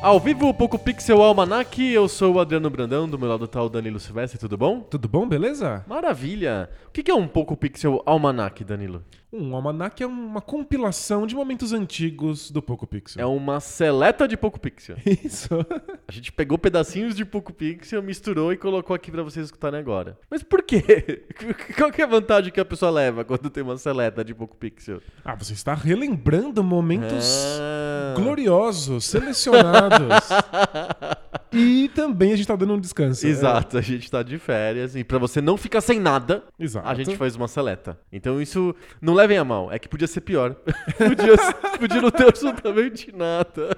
Ao vivo, Poco Pixel Almanac, eu sou o Adriano Brandão, do meu lado tá o Danilo Silvestre, tudo bom? Tudo bom, beleza? Maravilha! O que que é um Poco Pixel Almanac, Danilo? Um almanac é uma compilação de momentos antigos do Poco Pixel. É uma seleta de Poco Pixel. Isso. A gente pegou pedacinhos de Poco Pixel, misturou e colocou aqui pra vocês escutarem agora. Mas por quê? Qual que é a vantagem que a pessoa leva quando tem uma seleta de Poco Pixel? Ah, você está relembrando momentos Ah. gloriosos, selecionados. e também a gente tá dando um descanso. Exato, a gente tá de férias e pra você não ficar sem nada, É, exato. A gente faz uma seleta. Então isso, não levem a mal, é que podia ser pior. podia, ser- podia não ter absolutamente nada.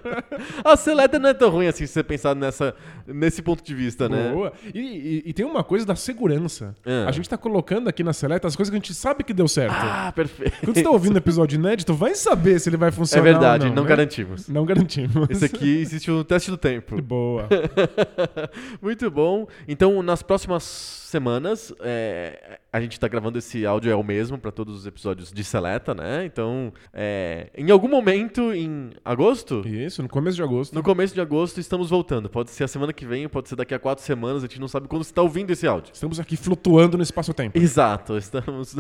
A seleta não é tão ruim assim se você pensar nessa, nesse ponto de vista, né? Boa. E, e- e tem uma coisa da segurança. Ah. A gente tá colocando aqui na seleta as coisas que a gente sabe que deu certo. Ah, perfeito. Quando você tá ouvindo o episódio inédito, vai saber se ele vai É funcionar. ou verdade, não, né? garantimos. Não garantimos. Esse aqui existe o teste do tempo. Boa. Muito bom. Então, nas próximas semanas, é, a gente tá gravando esse áudio é o mesmo para todos os episódios de Seleta, né? Então, é, em algum momento, em agosto, Isso, no começo de agosto. No começo de agosto estamos voltando. Pode ser a semana que vem, pode ser daqui a quatro semanas, a gente não sabe quando você está ouvindo esse áudio. Estamos aqui flutuando no espaço-tempo. Exato, estamos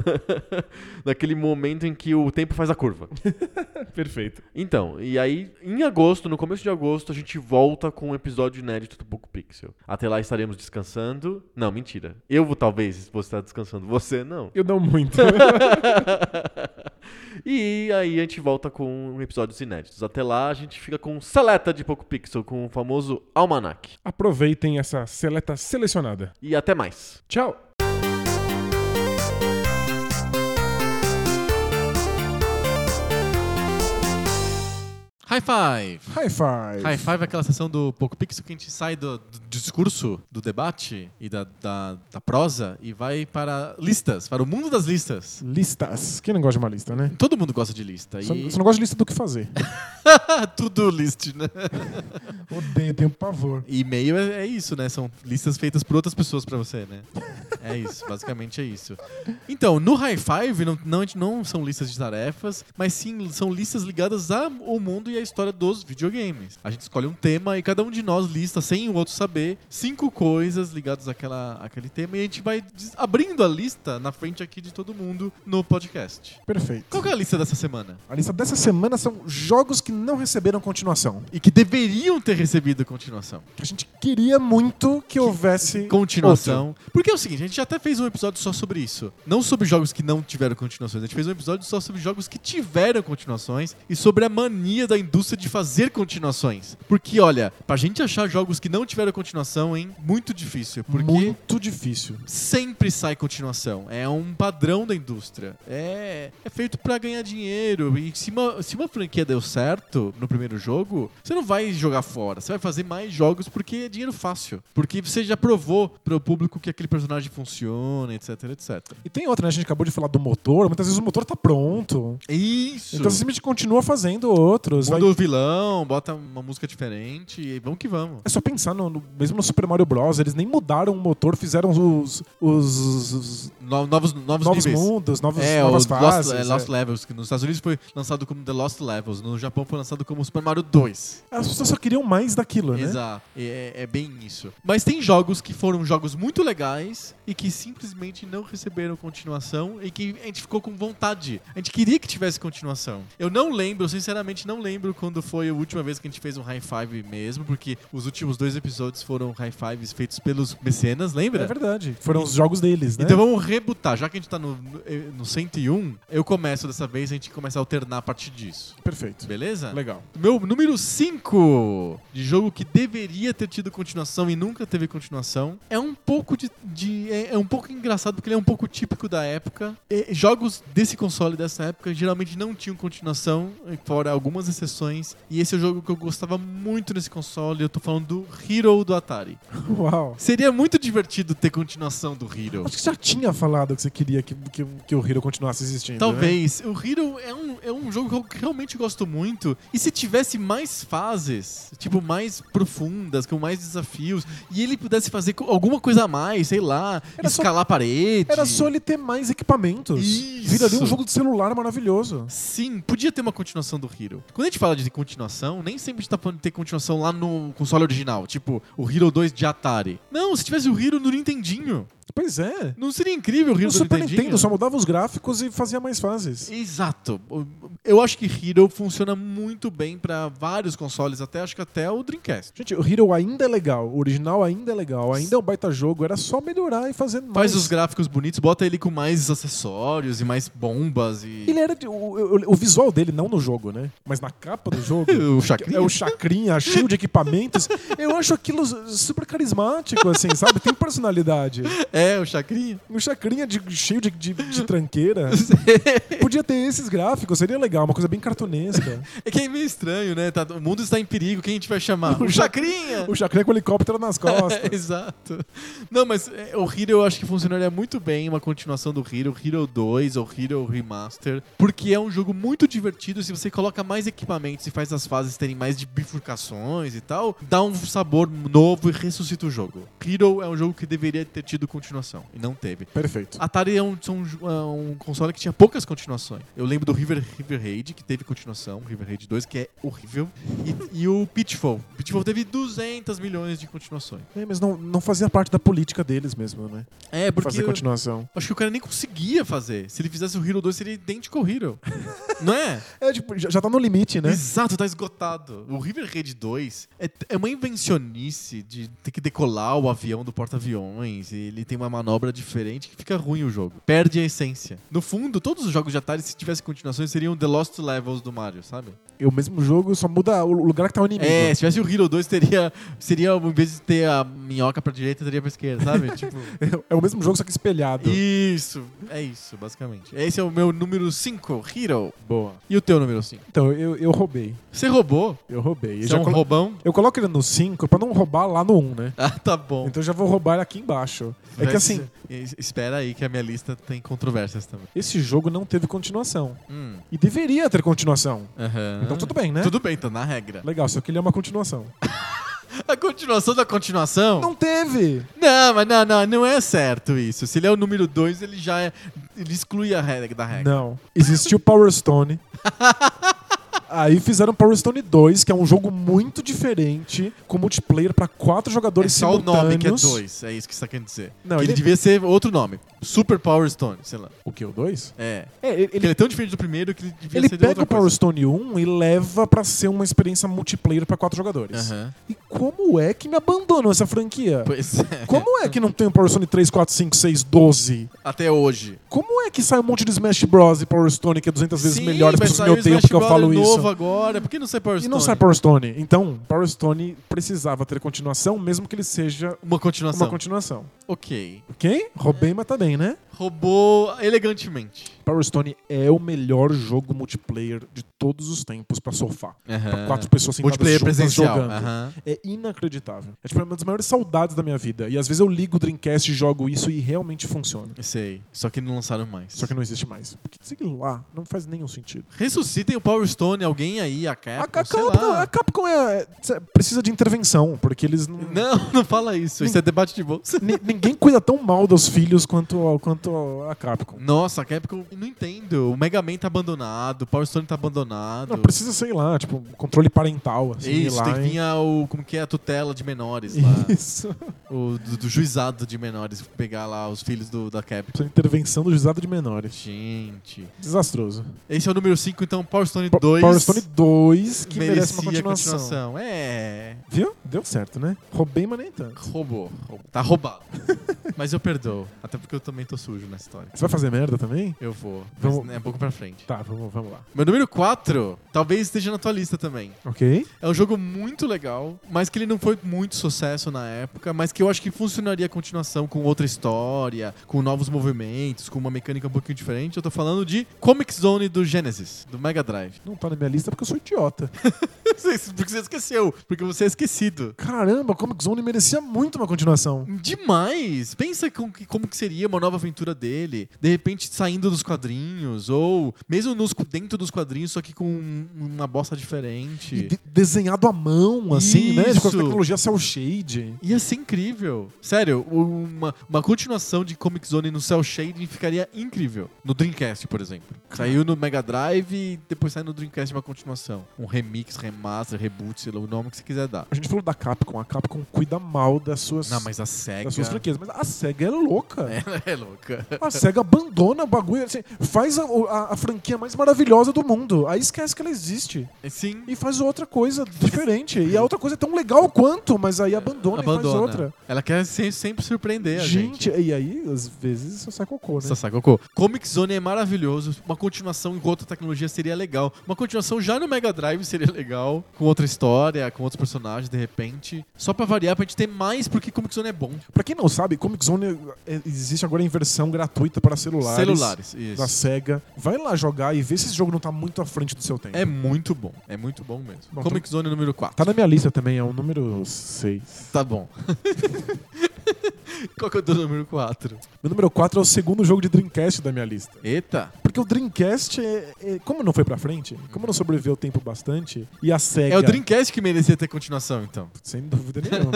naquele momento em que o tempo faz a curva. Perfeito. Então, e aí, em agosto, no começo de agosto, a gente volta com um episódio inédito do Poco Pixel. Até lá estaremos descansando. Não, mentira. Eu vou, talvez, você estar descansando. Você não. Eu dou muito. E aí a gente volta com episódios inéditos. Até lá a gente fica com seleta de Poco Pixel, com o famoso almanac. Aproveitem essa seleta selecionada. E até mais. Tchau! High five! High five! High five é aquela sessão do Poco Pixel que a gente sai do, do discurso, do debate e da, da, da prosa e vai para listas, para o mundo das listas. Listas. Quem não gosta de uma lista, né? Todo mundo gosta de lista. Só, E... é só não gosta de lista do que fazer. Tudo list, né? Odeio, tenho pavor. E-mail é, é isso, né? São listas feitas por outras pessoas pra você, né? É isso, basicamente é isso. Então, no High Five não, não, a gente não são listas de tarefas, mas sim são listas ligadas ao mundo e à história dos videogames. A gente escolhe um tema e cada um de nós lista, sem o outro saber, cinco coisas ligadas àquela, àquele tema e a gente vai des- abrindo a lista na frente aqui de todo mundo no podcast. Perfeito. Qual que é a lista dessa semana? A lista dessa semana são jogos que não receberam continuação. E que deveriam ter recebido continuação. A gente queria muito que houvesse. continuação. Porque é o seguinte, a gente já até fez um episódio só sobre isso. Não sobre jogos que não tiveram continuações, a gente fez um episódio só sobre jogos que tiveram continuações e sobre a mania da indústria de fazer continuações. Porque, olha, pra gente achar jogos que não tiveram continuação, hein, muito difícil. Porque Muito difícil. sempre sai continuação. É um padrão da indústria. É, é feito pra ganhar dinheiro. E se uma, se uma franquia deu certo no primeiro jogo, você não vai jogar fora. Você vai fazer mais jogos porque é dinheiro fácil. Porque você já provou pro público que aquele personagem funciona, etc, etc. E tem outra, né? A gente acabou de falar do motor. Muitas vezes o motor tá pronto. Isso! Então você simplesmente continua fazendo outros. vai- Muda o vilão, bota uma música diferente e vamos que vamos. É só pensar, no, no- mesmo no Super Mario Bros., eles nem mudaram o motor, fizeram os, os, os No- novos novos, novos níveis. mundos, novos, é, novas o fases. Lost, é, Lost Levels, que nos Estados Unidos foi lançado como The Lost Levels, no Japão foi lançado como Super Mario 2. é. As pessoas só queriam mais daquilo, né? Exato. É, é bem isso. Mas tem jogos que foram jogos muito legais e que simplesmente não receberam continuação e que a gente ficou com vontade. A gente queria que tivesse continuação. Eu não lembro, eu sinceramente não lembro quando foi a última vez que a gente fez um high five mesmo, porque os últimos dois episódios foram high fives feitos pelos mecenas, lembra? É verdade. Foram os jogos deles, né? Então vamos rebutar. Já que a gente tá no, no 101, eu começo dessa vez e a gente começa a alternar a partir disso. Perfeito. Beleza? Legal. Meu número 5 de jogo que deveria ter tido continuação e nunca teve continuação é um pouco de. de- é, é um pouco engraçado porque ele é um pouco típico da época. E jogos desse console dessa época geralmente não tinham continuação, fora algumas exceções. E esse é o jogo que eu gostava muito nesse console. Eu tô falando do Hero do Atari. Uau. Seria muito divertido ter continuação do Hero. Acho que você já tinha falado que você queria que, que, que o Hero continuasse existindo. Né? Talvez. O Hero é um, é um jogo que eu realmente gosto muito. E se tivesse mais fases, tipo, mais profundas, com mais desafios, e ele pudesse fazer co- alguma coisa a mais, sei lá, Era só- escalar a parede. Era só ele ter mais equipamentos. Isso. Vira ali um jogo de celular maravilhoso. Sim, podia ter uma continuação do Hero. Quando a gente fala de continuação, nem sempre a gente tá falando de ter continuação lá no console original, tipo o Hero 2 de Atari. Não, se tivesse o Hero no Nintendinho, Pois é. não seria incrível o Hero No do Super Nintendinho? Nintendo só mudava os gráficos e fazia mais fases. Exato. Eu acho que Hero funciona muito bem pra vários consoles, até acho que até o Dreamcast. Gente, o Hero ainda é legal, o original ainda é legal, ainda é um baita jogo, era só melhorar e fazer mais. Faz os gráficos bonitos, bota ele com mais acessórios e mais bombas e Ele era de- o, o- o visual dele, não no jogo, né? Mas na capa do jogo. o chacrinha. É o chacrinha, cheio de equipamentos. Eu acho aquilo super carismático, assim, sabe? Tem personalidade. É, o chacrinha. Um chacrinha de- cheio de, de- de tranqueira. Podia ter esses gráficos, seria legal, uma coisa bem cartunesca. É que é meio estranho, né? Tá- o mundo está em perigo, quem a gente vai chamar? O chacrinha. O chacrinha com o helicóptero nas É, costas. Exato. Não, mas é, o Hero eu acho que funcionaria muito bem uma continuação do Hero, Hero 2 ou Hero Remaster, porque é um jogo muito divertido. Se você coloca mais equipamentos e faz as fases terem mais de bifurcações e tal, dá um sabor novo e ressuscita o jogo. Hero é um jogo que deveria ter tido continuação e não teve. Perfeito. Atari é um, são jo- é um console que tinha poucas continuações. Eu lembro do River, River Raid, que teve continuação, River Raid 2, que é horrível, e, e o Pitfall. Pitfall teve 200 milhões de continuações. É, mas não, não fazia parte da política deles mesmo, né? É, porque Fazer eu, continuação. acho que o cara nem conseguia fazer. Se ele fizesse o Hero 2, seria idêntico ao Hero. Não é? É, tipo, já, já tá no limite, né? Exato, tá esgotado. O River Raid 2 é, é uma invencionice de ter que decolar o avião do porta-aviões. E ele tem uma manobra diferente que fica ruim o jogo. Perde a essência. No fundo, todos os jogos de Atari, se tivesse continuações, seriam The Lost Levels do Mario, sabe? E o mesmo jogo só muda o lugar que tá o inimigo. É, se tivesse o Hero 2, teria, seria, em vez de ter a minhoca pra direita, teria pra esquerda, sabe? tipo. É o mesmo jogo, só que espelhado. Isso, é isso, basicamente. Esse é o meu número 5, Hero. Boa. E o teu número 5? Então, eu, eu roubei. Você roubou? Eu roubei. Eu, Você já é um colo- roubão? eu coloco ele no 5 pra não roubar lá no 1, um, né? Ah, tá bom. Então eu já vou roubar ele aqui embaixo. É Vai que assim, ser- es- Então, Espera aí que a minha lista tem controvérsias também. esse jogo não teve continuação. Hum. E deveria ter continuação. aham. Então tudo bem, né? Tudo bem, tá na regra. Legal, só que ele é uma continuação. A continuação da continuação? Não teve! Não, mas não, não, não é certo isso. Se ele é o número 2, ele já é. Ele exclui a regra da regra. Não. Existiu Power Stone. Aí fizeram Power Stone 2, que é um jogo muito diferente, com multiplayer pra quatro É jogadores só o simultâneos. nome que é 2, é isso que você tá querendo dizer. Não, que ele ele- devia ser outro nome. Super Power Stone, sei lá. O que, o 2? É. É, ele, Ele é tão diferente do primeiro que ele devia ele ser de pega outra o Power coisa. Stone 1 e leva pra ser uma experiência multiplayer pra quatro jogadores. Aham. E como é que me abandonou essa franquia? Pois é. Como é que não tem o Power Stone 3, 4, 5, 6, 12? Até hoje. Como é que sai um monte de Smash Bros e Power Stone que é 200 vezes Sim, melhor vai porque sair eu o odeio Smash porque eu Bros. é falo isso? novo agora. Por que não sai Power E Stone? não sai Power Stone. Então, Power Stone precisava ter continuação, mesmo que ele seja Uma continuação. uma continuação. Ok. Ok? Roubei, mas tá bem, né? Roubou elegantemente. Power Stone é o melhor jogo multiplayer de todos os tempos pra sofá. Pra quatro pessoas sentadas Multiplayer juntas presencial. jogando. Aham. É inacreditável. É tipo uma das maiores saudades da minha vida. E às vezes eu ligo o Dreamcast e jogo isso e realmente funciona. Sei. Só que não lançaram mais. Só que não existe mais. Porque sei lá, não faz nenhum sentido. Ressuscitem o Power Stone, alguém aí, a A, a Capcom, É, sei Capcom, lá. a Capcom é, é- precisa de intervenção, porque eles não. Não, não fala isso. Isso é debate de bolsa. Ni- Ninguém cuida tão mal dos filhos quanto, quanto quanto a Capcom. Nossa, a Capcom, não entendo. O Mega Man tá abandonado, o Power Stone tá abandonado. Não, precisa, sei lá, tipo, controle parental, assim, Isso, lá, tem que hein? vir a, o, como que é a tutela de menores lá. Isso. o, do, do juizado de menores, pegar lá os filhos do, da Capcom. Precisa de intervenção do juizado de menores. Gente. Desastroso. Esse é o número 5, então Power Stone Pa- 2. Power Stone 2, que merece uma merecia continuação. continuação. É. Viu? Deu certo, né? Roubei, mas nem tanto. Roubou. roubou. Tá roubado. Mas eu perdoo. Até porque eu também tô sujo na história. Você vai fazer merda também? Eu vou. Mas Vamos- é um pouco pra frente. Tá, vamos, vamos lá. Meu número 4, talvez esteja na tua lista também. Ok? É um jogo muito legal, mas que ele não foi muito sucesso na época, mas que eu acho que funcionaria a continuação com outra história, com novos movimentos, com uma mecânica um pouquinho diferente. Eu tô falando de Comic Zone do Genesis, do Mega Drive. Não tá na minha lista porque eu sou idiota. porque você esqueceu, porque você é esquecido. Caramba, Comic Zone merecia muito uma continuação. Demais! Pensa com que- como que seria uma nova aventura dele, de repente saindo dos quadrinhos, ou mesmo nos- dentro dos quadrinhos, só que com um- uma bosta diferente. E de- desenhado à mão, assim, né? Tipo, com Isso. a tecnologia Cell Shade. Ia ser incrível. Sério, uma, uma continuação de Comic Zone no Cell Shading ficaria incrível. No Dreamcast, por exemplo. Saiu no Mega Drive e depois saiu no Dreamcast uma continuação. Um remix, remaster, reboot, sei lá, o nome que você quiser dar. A gente falou da Capcom. A Capcom cuida mal das suas, Não, mas a SEGA... das suas franquias. Mas a SEGA é louca. Ela é louca. A SEGA abandona o bagulho. assim, faz a, a- a franquia mais maravilhosa do mundo. Aí esquece que ela existe. Sim. E faz outra coisa diferente. E a outra coisa é tão legal quanto, mas aí abandona, e faz Abandona. outra. Ela quer se- sempre surpreender Gente, a gente. e aí, às vezes, isso sai cocô, né? Essa Sagoko. Comic Zone é maravilhoso. Uma continuação com outra tecnologia seria legal. Uma continuação já no Mega Drive seria legal. Com outra história, com outros personagens, de repente. Só pra variar, pra gente ter mais, porque Comic Zone é bom. Pra quem não sabe, Comic Zone é, existe agora em versão gratuita para celulares. Celulares. Da isso. SEGA. Vai lá jogar e vê se esse jogo não tá muito à frente do seu tempo. É muito bom. É muito bom mesmo. Bom, Comic Zone número 4. Tá na minha lista também, é o número 6. Tá bom. Qual que é o teu número 4? Meu número 4 é o segundo jogo de Dreamcast da minha lista. Eita. Porque o Dreamcast, é, é- como não foi pra frente, como não sobreviveu o tempo bastante, e a SEGA... É o Dreamcast que merecia ter continuação, então. Sem dúvida nenhuma.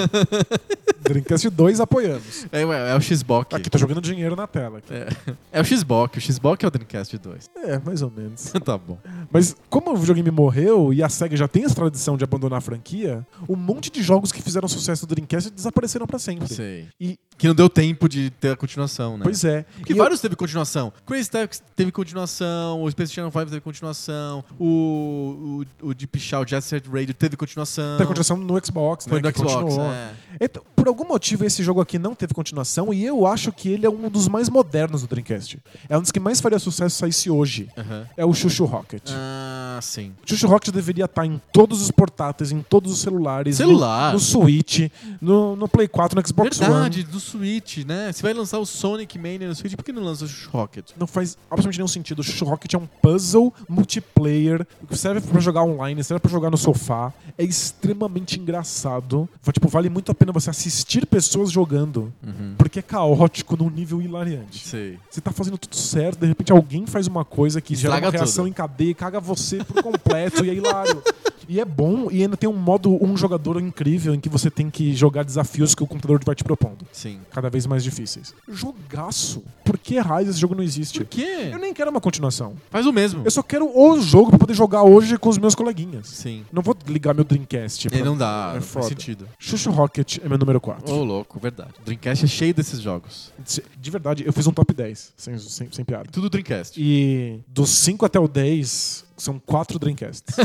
Dreamcast 2 apoiamos. É, ué, é o Xbox. Aqui, tô jogando dinheiro na tela. aqui. É. é o Xbox. O Xbox é o Dreamcast 2. É, mais ou menos. tá bom. Mas como o videogame morreu e a SEGA já tem essa tradição de abandonar a franquia, um monte de jogos que fizeram sucesso do Dreamcast desapareceram pra sempre. Sei. E- que não deu tempo de ter a continuação, né? Pois é. Porque E eu- É. vários teve continuação. Crazy Taxi teve continuação, o Space Channel 5 teve continuação, o, o, o Deep Shout, Jet Set Radio teve continuação. Tem continuação no Xbox, né? Foi que no Xbox, continuou. é. Então, por algum motivo, esse jogo aqui não teve continuação e eu acho que ele é um dos mais modernos do Dreamcast. É um dos que mais faria sucesso se saísse hoje. Aham. É o Chuchu Rocket. Ah, sim. Chuchu Rocket deveria estar em todos os portáteis, em todos os celulares. Celular. No, no Switch, no, no Play 4, no Xbox Verdade, One. do Switch, né? Você vai lançar o Sonic Mania no Switch, por que não lança o Rocket? Não faz absolutamente nenhum sentido. O Chuchu Rocket é um puzzle multiplayer que serve pra jogar online, serve pra jogar no sofá. É extremamente engraçado. Vai, Tipo, vale muito a pena você assistir pessoas jogando, Uhum. porque é caótico num nível hilariante. Sei. Você tá fazendo tudo certo, de repente alguém faz uma coisa que gera Estraga uma reação tudo. em cadeia, e caga você por completo e é hilário. E é bom, e ainda tem um modo um jogador incrível em que você tem que jogar desafios que o computador vai te propondo. Sim. Cada vez mais difíceis. Jogaço! Por que raios esse jogo não existe? Por quê? Eu nem quero uma continuação. Faz o mesmo. Eu só quero o jogo pra poder jogar hoje com os meus coleguinhas. Sim. Não vou ligar meu Dreamcast. E Pra... não dá, É não faz foda. sentido. Xuxa Rocket é meu número 4. Ô, louco, verdade. O Dreamcast é cheio desses jogos. De verdade, eu fiz um top 10, sem, sem, sem piada. Tudo Dreamcast. E dos 5 até o 10, são 4 Dreamcasts.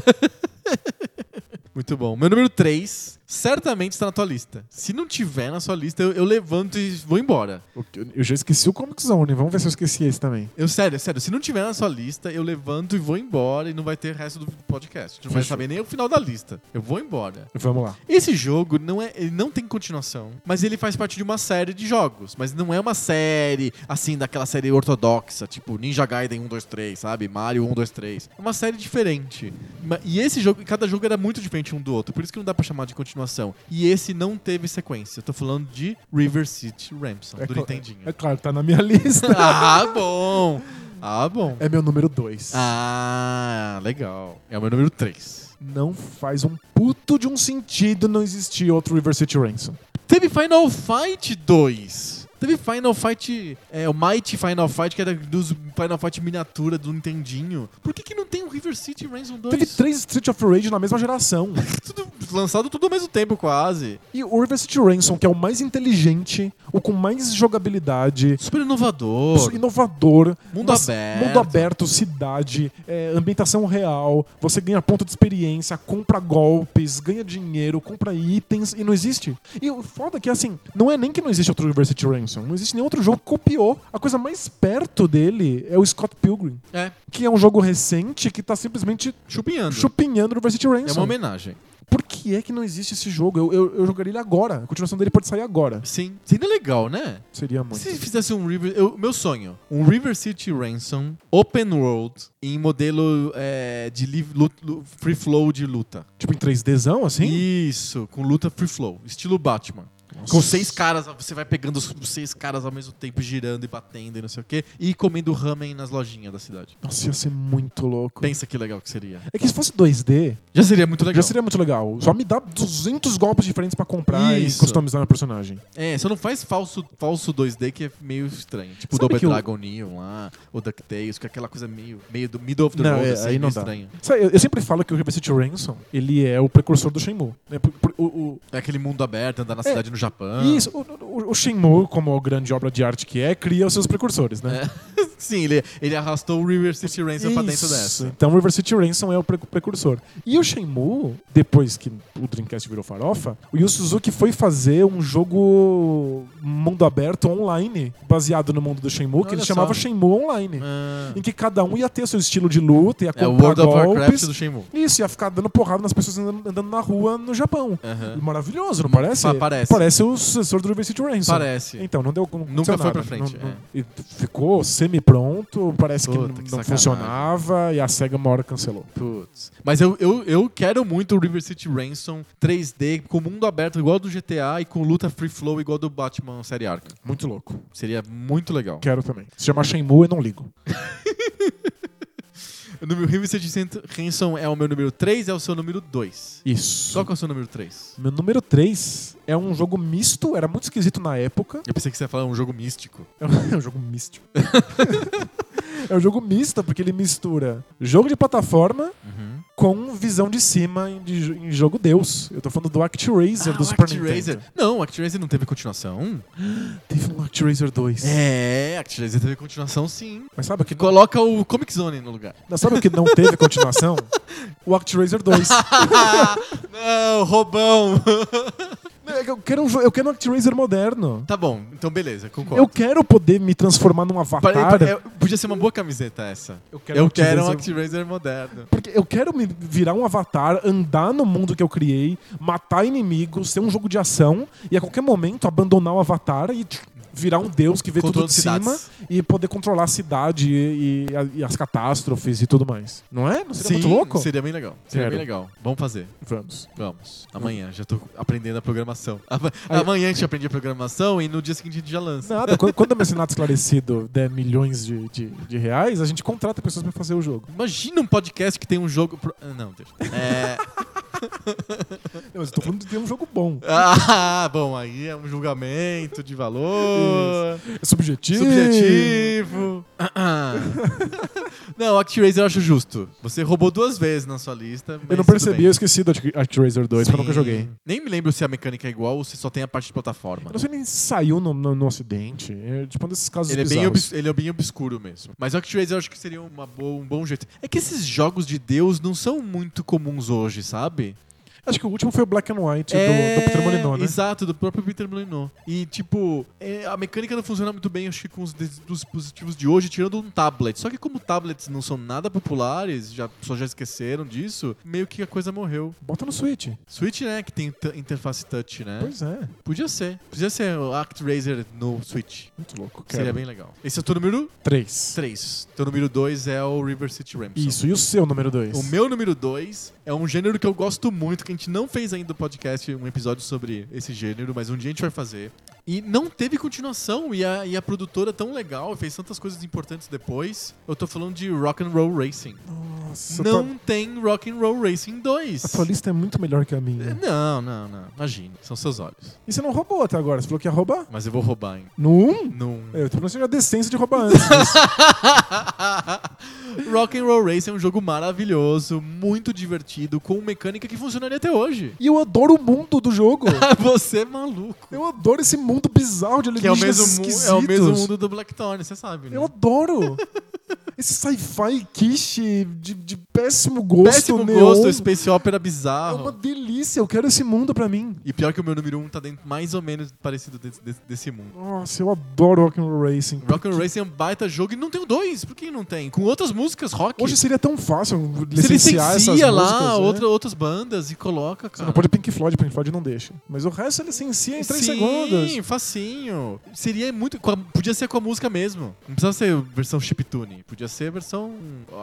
Muito bom. Meu número 3 certamente está na tua lista. Se não tiver na sua lista, eu, eu levanto e vou embora. O que- eu já esqueci o Comic Zone, vamos ver se eu esqueci esse também. Eu, sério, sério, se não tiver na sua lista, eu levanto e vou embora e não vai ter resto do podcast. Não vai Fechou. saber nem o final da lista. Eu vou embora. Vamos lá. Esse jogo não é, ele não tem continuação, mas ele faz parte de uma série de jogos, mas não é uma série assim daquela série ortodoxa, tipo Ninja Gaiden 1 2 3, sabe? Mario 1 2 3. É uma série diferente. Ma- E esse jogo, cada jogo era muito diferente um do outro, por isso que não dá pra chamar de continuação. E esse não teve sequência. Eu tô falando de River City Ransom, do cla- Nintendinho. é claro, tá na minha lista. Ah, bom. Ah, bom. é meu número 2. Ah, legal. É o meu número 3. Não faz um puto de um sentido não existir outro River City Ransom. Teve Final Fight 2. Teve Final Fight, é, o Mighty Final Fight, que era dos Final Fight miniatura do Nintendinho. Por que, que não tem o River City Ransom 2? Teve três Street of Rage na mesma geração. Tudo- lançado tudo ao mesmo tempo, quase. E o River City Ransom, que é o mais inteligente, o com mais jogabilidade, Super inovador. inovador, Mundo mas- aberto. mundo aberto, cidade, é, ambientação real, você ganha ponto de experiência, compra golpes, ganha dinheiro, compra itens e não existe. E o foda é que assim, não é nem que não existe outro River City Ransom, não existe nenhum outro jogo que copiou. A coisa mais perto dele é o Scott Pilgrim, É, que é um jogo recente que tá simplesmente chupinhando. chupinhando o River City Ransom. É uma homenagem. Por que é que não existe esse jogo? Eu, eu, eu jogaria ele agora. A continuação dele pode sair agora. Sim. Seria legal, né? Seria muito. Se fizesse um River. eu- meu sonho. Um River City Ransom Open World em modelo é, de liv- lu- lu- free flow de luta. Tipo em 3Dzão, assim? Isso, com luta free flow, estilo Batman. Nossa. Com seis caras, você vai pegando os os seis caras ao mesmo tempo, girando e batendo e não sei o quê, e comendo ramen nas lojinhas da cidade. Nossa, ia ser muito louco. Pensa que legal que seria. É que se fosse 2D, Já seria muito legal. já seria muito legal. Só me dá 200 golpes diferentes pra comprar Isso. e customizar meu personagem. É, só não faz falso, falso 2D que é meio estranho. Tipo o Sabe Double que eu- Dragon Neon lá, o DuckTales, que é aquela coisa meio, meio do middle of the Não, road, é, assim, aí não meio dá. estranho. Sabe, eu, eu sempre falo que o River City Ransom, ele é o precursor do Shenmue. né? Por- por- o- o- É aquele mundo aberto, andar na É, cidade no Japão. Isso, o, o, o Shenmue, como a grande obra de arte que é, cria os seus precursores, né? Sim, ele, ele arrastou o River City Ransom pra dentro Isso. dessa. Então River City Ransom é o pre- precursor. E o Shenmue, depois que o Dreamcast virou farofa, o Yu Suzuki foi fazer um jogo mundo aberto online, baseado no mundo do Shenmue, que Olha ele só. chamava Shenmue Online. Ah, Em que cada um ia ter seu estilo de luta, ia é o comprar World of Warcraft golpes. do Shenmue. Isso, ia ficar dando porrada nas pessoas andando, andando na rua no Japão. Aham. Maravilhoso, não parece? Pa- parece. Parece o sucessor do River City Ransom. Parece. Então, não deu. Não aconteceu foi pra nada. frente, Não- é. não- e Ficou semi-pronto, parece que Puta, n- que não sacanagem. funcionava e a SEGA uma hora cancelou. Putz. Mas eu, eu, eu quero muito o River City Ransom 3D com mundo aberto igual do GTA e com luta free flow igual do Batman série Arkham. Muito louco. Seria muito legal. Quero também. Se chamar Shenmue, eu não ligo. O número River City Cent- Ransom é o meu número 3, é o seu número 2. Isso. Qual que é o seu número 3? Meu número 3 é um jogo misto, era muito esquisito na época. Eu pensei que você ia falar um jogo místico. É um, é um jogo místico. é um jogo misto, porque ele mistura jogo de plataforma Uhum. com visão de cima em, de- em jogo Deus. Eu tô falando do ActRaiser Ah, do o Super ActRaiser. Nintendo. Não, o ActRaiser não teve continuação. Teve um ActRaiser 2. É, ActRaiser teve continuação sim. Mas sabe o que Que coloca o Comic Zone no lugar. Não, sabe o que não teve continuação? O ActRaiser 2. não, roubão. Não, é que eu quero um, jo- eu quero um ActRaiser moderno. tá bom, então beleza, concordo. Eu quero poder me transformar num avatar. Parei- parei- podia ser uma boa camiseta essa. eu quero, Eu um quero um ActRaiser- ActRaiser moderno. Porque eu quero me virar um avatar, andar no mundo que eu criei, matar inimigos, ser um jogo de ação e a qualquer momento abandonar o avatar e tch, virar um deus que vê Controlando tudo de cima cidades. e poder controlar a cidade e, e a- e as catástrofes e tudo mais. Não é? Não seria muito louco? seria bem legal. Seria Quero. bem legal. Vamos fazer. Vamos. Vamos. Amanhã, já tô aprendendo a programação. Ama- Amanhã a gente aprende a programação e no dia seguinte a gente já lança. Nada, quando, quando o Mecenato Esclarecido der milhões de, de, de reais, a gente contrata pessoas pra fazer o jogo. Imagina um podcast que tem um jogo. pro- Ah, Não, deixa. É... Não, mas eu tô falando de ter um jogo bom. Ah, bom, aí é um julgamento de valor. É subjetivo. Subjetivo. Ah, ah. não, ActRaiser eu acho justo. Você roubou duas vezes na sua lista. mas Eu não tudo percebi, bem. eu esqueci do Arc- ActRaiser 2, porque um eu nunca Sim. joguei. Nem me lembro se a mecânica é igual ou se só tem a parte de plataforma. Eu não sei nem se saiu no, no, no ocidente. É, tipo, um desses casos Ele é, bem bizarros. obs- ele é bem obscuro mesmo. Mas o ActRaiser eu acho que seria uma boa- um bom jeito. É que esses jogos de Deus não são muito comuns hoje, sabe? Acho que o último foi o Black and White É, Tipo, do, do Peter Molyneux, né? Exato, do próprio Peter Molyneux. E, tipo, é, a mecânica não funciona muito bem, acho que com os des- dos dispositivos de hoje, tirando um tablet. Só que como tablets não são nada populares, já, só já esqueceram disso, meio que a coisa morreu. Bota no Switch. Switch, né, que tem t- interface touch, né? Pois é. Podia ser. Podia ser o ActRaiser no Switch. Muito louco. Seria bem legal. Esse é o teu número 3. 3. Teu número 2 é o River City Ransom. Isso, e o seu número 2? O meu número 2 é um gênero que eu gosto muito, que a gente não fez ainda no podcast um episódio sobre esse gênero, mas um dia a gente vai fazer, E não teve continuação. E a, e a produtora é tão legal, fez tantas coisas importantes depois. Eu tô falando de Rock and Roll Racing. Nossa, não tua- tem Rock and Roll Racing 2. a tua lista é muito melhor que a minha. Não, não, não. Imagina. São seus olhos. E você não roubou até agora, você falou que ia roubar? Mas eu vou roubar, hein? No 1? Num. Eu tô pensando a decência de roubar antes. disso. Rock and Roll Racing é um jogo maravilhoso, muito divertido, com mecânica que funcionaria até hoje. e eu adoro o mundo do jogo. Você é maluco. Eu adoro esse mundo bizarro de Que é o, alienígenas mesmo mu- esquisitos. é o mesmo mundo do Blackthorn, você sabe, né? Eu adoro. Esse sci-fi quiche de, de péssimo gosto. Péssimo neon. gosto, Space Opera É bizarro. uma delícia, eu quero esse mundo pra mim. E pior que o meu número 1 um tá dentro mais ou menos parecido desse, desse- desse mundo. Nossa, eu adoro Rock'n'Roll Racing. Rock and Racing é um baita jogo e não tem o 2, por que não tem? Com outras músicas, rock. Hoje seria tão fácil você licenciar licencia essas lá músicas, né? outra- outras bandas e coloca, Você cara. não pode Pink Floyd, Pink Floyd não deixa. Mas o resto você licencia em 3 Sim, segundos. facinho. Seria muito. com a- podia ser com a música mesmo. Não precisava ser versão chiptune. Podia ser a versão.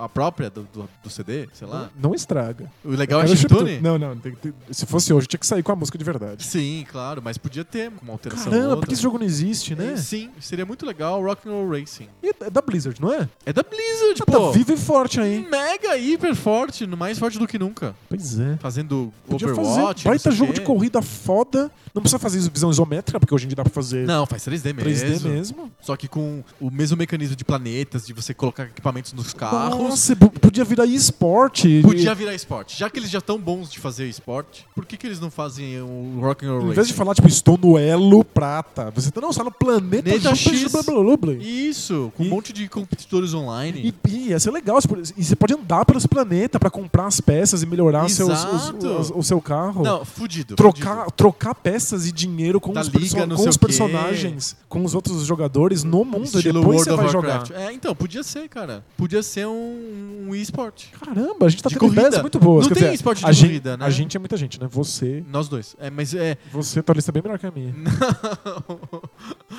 a própria do, do, do CD, sei lá. Não estraga. O legal é Era o chiptune? Não, não. tem que ter- se fosse hoje, tinha que sair com a música de verdade. Sim, claro, mas podia ter uma alteração. ou Caramba, outra. porque esse jogo não existe, né? É, Sim, seria muito legal Rock and Roll Racing. E é da Blizzard, não é? É da Blizzard, Tá, pô. tá viva e forte aí. Mega hiper forte, no mais forte do que nunca. Pois é. Fazendo Podia Overwatch. fazer baita não sei o jogo quê. de corrida foda. Não precisa fazer visão isométrica, porque hoje em dia dá pra fazer Não, faz 3D mesmo. 3D mesmo. Só que com o mesmo mecanismo de planetas, de você colocar equipamentos nos carros. Nossa, p- podia virar esporte. Podia virar esporte. Já que eles já estão bons de fazer esporte, por que, que eles não fazem o Rock and Roll Em vez de Racing? falar, tipo, estou no elo prata. Você tá, não, está no planeta Planeta X. Blá, blá, blá, blá. Isso, com E- um monte de competidores online. E, e ia ser legal. você pode- E você pode andar pelo esse planeta pra comprar as peças e melhorar os seus, os- Exato. os- o seu carro. Não, fudido. Trocar, trocar peças e dinheiro com Da os, perso- liga, não com sei os o quê. personagens, com os outros jogadores no mundo fudido. Estilo e depois World você of vai Warcraft. jogar. É, então, podia ser, cara. Podia ser um, um esporte. Caramba, a gente tá De tendo corrida. ideias muito boas. Não quer tem dizer, esporte de a gente- corrida, né? A gente é muita gente, né? Você, Nós dois. É, mas é. você, tua lista é bem melhor que a minha.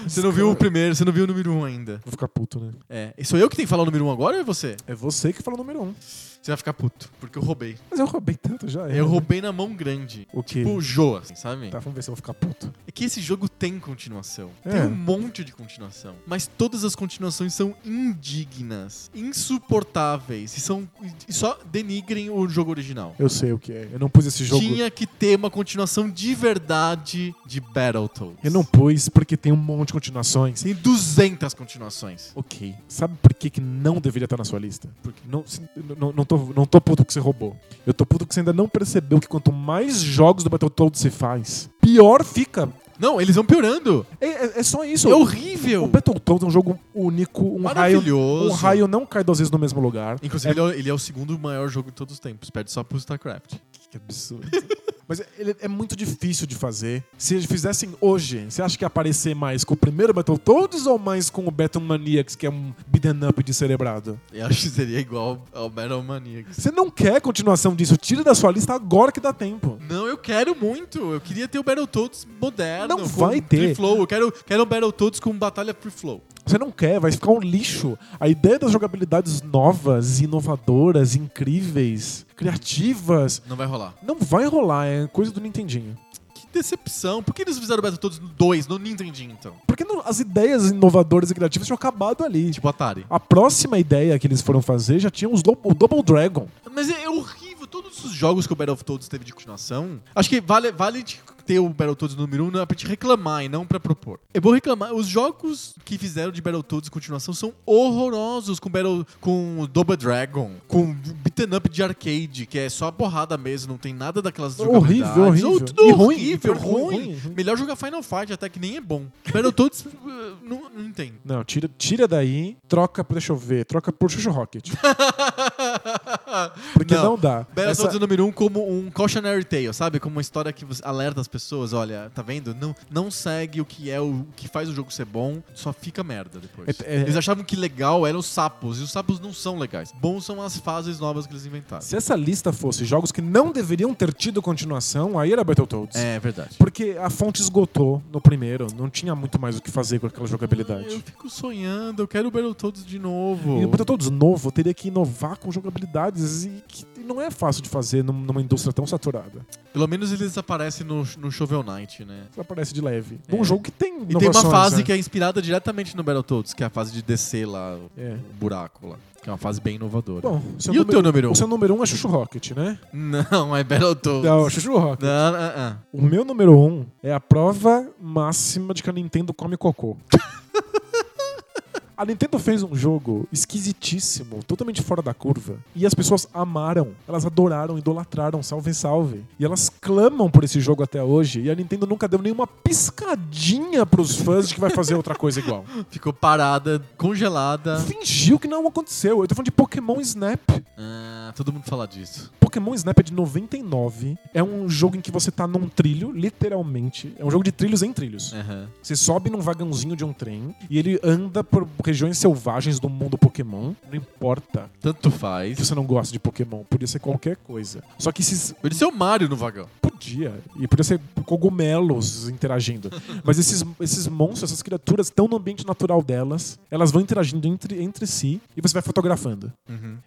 você não viu o primeiro, você não viu o número um ainda. Vou ficar puto, né? É. E sou eu que tenho que falar o número um agora ou é você? É você que fala o número um. Você vai ficar puto, porque eu roubei. Mas eu roubei tanto já. era, Eu né? roubei na mão grande. O quê? Tipo, Joa, assim, sabe? Tá, vamos ver se eu vou ficar puto. É que esse jogo tem continuação. É. Tem um monte de continuação. Mas todas as continuações são indignas, insuportáveis e, são, e só denigrem o jogo original. Eu sei o que é. Eu não pus esse jogo. Tinha que ter uma continuação de verdade de Battletoads. Eu não pus porque tem um monte de continuações. Tem 200 continuações. Ok. Sabe por que, que não deveria estar na sua lista? Porque não, se- não, não, tô, não tô puto que você roubou. Eu tô puto que você ainda não percebeu que quanto mais jogos do Battletoads você faz, pior fica. Não, eles vão piorando. É, é- é só isso. É horrível. O Battletoads é um jogo único, um raio. Maravilhoso. Um raio não cai duas vezes no mesmo lugar. Inclusive, é, ele, é, ele é o segundo maior jogo de todos os tempos. Perde só pro StarCraft. É, que absurdo. Mas ele é muito difícil de fazer. Se eles fizessem hoje, você acha que ia aparecer mais com o primeiro Battletoads ou mais com o Battlemaniacs, que é um beat'em up de cerebrado? Eu acho que seria igual ao Battle Maniacs. Você não quer continuação disso, tira da sua lista agora que dá tempo. Não, eu quero muito. Eu queria ter o Battletoads moderno. Não com vai ter. Free flow. Eu quero, quero um Battletoads com batalha free flow. Você não quer, vai ficar um lixo. A ideia das jogabilidades novas, inovadoras, incríveis, criativas, Não vai rolar. não vai rolar, é coisa do Nintendinho. Que decepção. Por que eles fizeram o Battletoads no 2, no Nintendinho, então? Porque não- as ideias inovadoras e criativas tinham acabado ali. Tipo Atari. A próxima ideia que eles foram fazer já tinha os do- o Double Dragon. Mas é, é horrível. Todos os jogos que o Battletoads teve de continuação. Acho que vale, vale de ter o Battletoads número 1 um, é pra te reclamar e não pra propor. Eu vou reclamar. Os jogos que fizeram de Battletoads continuação são horrorosos com Battle, com o Double Dragon, com beaten up de arcade, que é só porrada mesmo, não tem nada daquelas Horrível, jogabilidades. horrível. Ou tudo E ruim, horrível, e pior, ruim, ruim, ruim. Melhor jogar Final Fight até que nem é bom. Battletoads eh, não, não entendo. Não, tira, tira daí, troca, por- deixa eu ver, troca por Chuchu Rocket. Porque não, dá. Battletoads Essa- número 1 um como um cautionary tale, sabe? Como uma história que você alerta as pessoas, olha, tá vendo? Não, não segue o que é o, o que faz o jogo ser bom, só fica merda depois. É- é- Eles achavam que legal eram os sapos, e os sapos não são legais. Bons são as fases novas que eles inventaram. Se essa lista fosse jogos que não deveriam ter tido continuação, aí era Battletoads. É verdade. Porque a fonte esgotou no primeiro, não tinha muito mais o que fazer com aquela Ah, Eu jogabilidade. fico sonhando, eu quero o Battletoads de E o novo. Battletoads novo teria que inovar com jogabilidades e que não é fácil de fazer num- numa indústria tão saturada. Pelo menos eles aparecem no, no Shovel Knight, né? Ela aparece de leve. É. Num jogo que tem E tem uma inovações, fase né? que é inspirada diretamente no Battletoads, que é a fase de descer lá, o É. o buraco lá. Que é uma fase bem inovadora. Bom, seu e o teu número 1? O seu número 1 um é Chuchu Rocket, né? Não, é Battletoads. Não, é Chuchu Rocket. Não, não, não. O meu número 1 um é a prova máxima de que a Nintendo come cocô. A Nintendo fez um jogo esquisitíssimo, totalmente fora da curva, e as pessoas amaram, elas adoraram, idolatraram, salve, salve. E elas clamam por esse jogo até hoje, e a Nintendo nunca deu nenhuma piscadinha pros fãs de que vai fazer outra coisa igual. Ficou parada, congelada. Fingiu que não aconteceu. Eu tô falando de Pokémon Snap. Ah, todo mundo fala disso. Pokémon Snap é de 99. É um jogo em que você tá num trilho, literalmente. É um jogo de trilhos em trilhos. Aham. Você sobe num vagãozinho de um trem e ele anda por regiões selvagens do mundo Pokémon. Não importa Tanto que faz. você não gosta de Pokémon, podia ser qualquer coisa. Só que esses Podia ser o Mario no vagão. podia e podia ser cogumelos interagindo. Mas esses, esses monstros, essas criaturas estão no ambiente natural delas. Elas vão interagindo entre, entre si e você vai fotografando.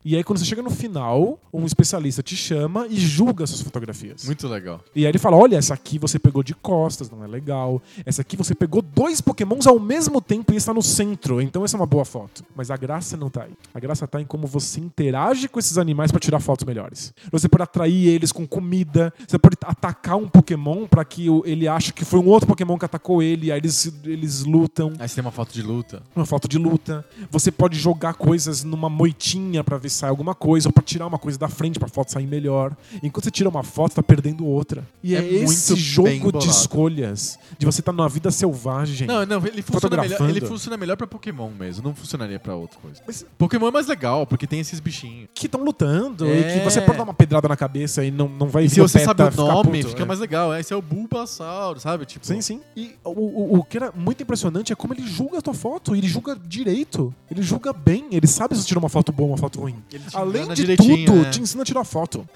E aí quando você chega no final, um especialista te chama e julga suas fotografias. Muito legal. E aí ele fala: olha, essa aqui você pegou de costas, não é legal. Essa aqui você pegou dois pokémons ao mesmo tempo e está no centro. Então essa é uma boa foto. Mas a graça não tá aí. A graça tá em como você interage com esses animais para tirar fotos melhores. Você pode atrair eles com comida, você pode atacar um pokémon para que o- ele ache que foi um outro pokémon que atacou ele, aí eles, eles lutam Aí você tem uma foto de luta. uma foto de luta. Você pode jogar coisas numa moitinha pra ver se sai alguma coisa, ou pra tirar uma coisa da frente pra foto sair melhor. Enquanto você tira uma foto, tá perdendo outra. E é, É muito esse bem jogo de bolado. escolhas, de você estar tá numa vida selvagem. Não, não, ele funciona, melhor, Fotografando. ele funciona melhor pra Pokémon mesmo, não funcionaria pra outra coisa. Mas- Pokémon é mais legal, porque tem esses bichinhos. Que estão lutando, e É. que você pode dar uma pedrada na cabeça e não, não vai E vir se você peta sabe o ficar nome, puto, fica é. mais legal. Esse é o Bulbasaur, sabe? Tipo, Sim, sim. E o, o, o que era muito impressionante é como ele julga a tua foto, e ele julga direito, ele julga bem, ele sabe se você tirou uma foto boa ou uma foto ruim. Ele te Além engana de direitinho, tudo, né? te ensina a tirar foto.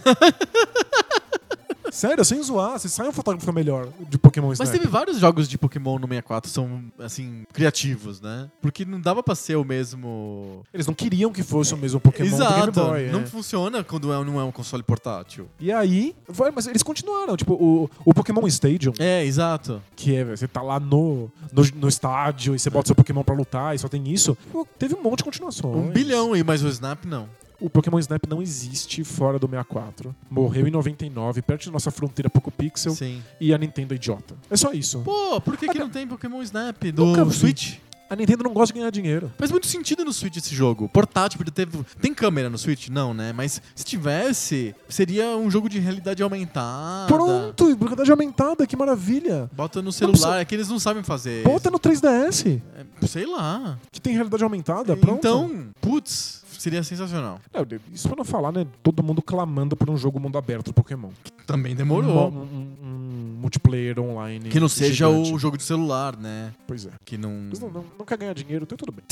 Sério, sem zoar, você sai um fotógrafo melhor de Pokémon Mas Snap. teve vários jogos de Pokémon no 64 que são, assim, criativos, né? Porque não dava pra ser o mesmo. Eles não queriam que fosse o mesmo Pokémon do Game Exato. Boy. não é. funciona quando é- não é um console portátil. E aí, vai, mas eles continuaram. Tipo, o, o Pokémon Stadium, É, exato. que é, você tá lá no, no, no estádio e você bota seu Pokémon pra lutar e só tem isso. Pô, Teve um monte de continuações. Um bilhão aí, mas o Snap não. O Pokémon Snap não existe fora do 64. Morreu em 99, perto da nossa fronteira Poco Pixel Sim. e a Nintendo é idiota. É só isso. Pô, por que, que não tem Pokémon Snap Nunca do vi. Switch? A Nintendo não gosta de ganhar dinheiro. Faz muito sentido no Switch esse jogo. Portátil, podia ter. Tem câmera no Switch? Não, né? Mas se tivesse, seria um jogo de realidade aumentada. Pronto, e realidade aumentada, que maravilha. Bota no precisa- celular, é que eles não sabem fazer. Bota no 3DS, É, Sei lá. que tem realidade aumentada, Tá pronto. Então, putz, seria sensacional. Não, isso pra não falar, né? Todo mundo clamando por um jogo mundo aberto do Pokémon. Também Um, demorou. um- um multiplayer online. Que não seja gigante. o jogo de celular, né? Pois é. Que não. Mas não, não, não quer ganhar dinheiro, então tudo bem.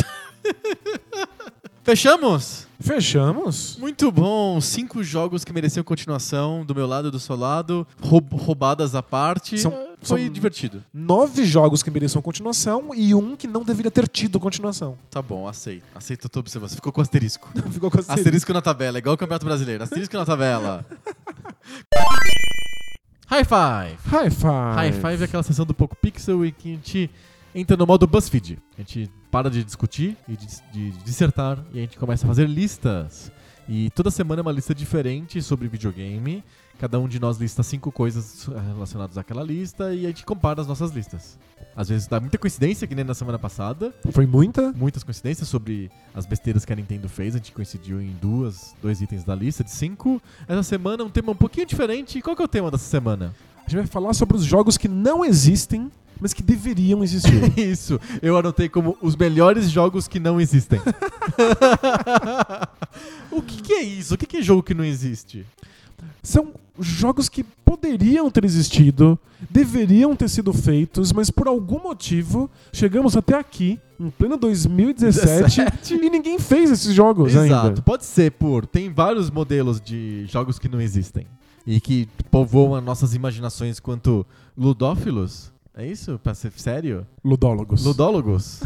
Fechamos? Fechamos? Muito bom. Cinco jogos que mereciam continuação, do meu lado e do seu lado. Roub- roubadas à parte. São- Foi são- divertido. Nove jogos que mereciam continuação e um que não deveria ter tido continuação. Tá bom, aceito. Aceito a tua observação. Ficou com asterisco. Ficou com Asterisco na tabela, igual o Campeonato Brasileiro. Asterisco na tabela. High Five. High five. High Five é aquela sessão do Poco Pixel em que a gente entra no modo BuzzFeed. A gente para de discutir e de, de dissertar e a gente começa a fazer listas. E toda semana é uma lista diferente sobre videogame. Cada um de nós lista cinco coisas ah, relacionadas àquela lista e a gente compara as nossas listas. Às vezes dá muita coincidência, que nem na semana passada Foi muita? muitas coincidências sobre as besteiras que a Nintendo fez. A gente coincidiu em duas, dois itens da lista de cinco. Essa semana é um tema um pouquinho diferente. Qual que é o tema dessa semana? A gente vai falar sobre os jogos que não existem, mas que deveriam existir. Isso, eu anotei como os melhores jogos que não existem. o que, que é isso? O que, que é jogo que não existe? são jogos que poderiam ter existido, deveriam ter sido feitos, mas por algum motivo chegamos até aqui, em pleno 2017, e ninguém fez esses jogos ainda. pode ser por. Tem vários modelos de jogos que não existem e que povoam as nossas imaginações quanto ludófilos. É isso? Pra ser sério? Ludólogos. Ludólogos.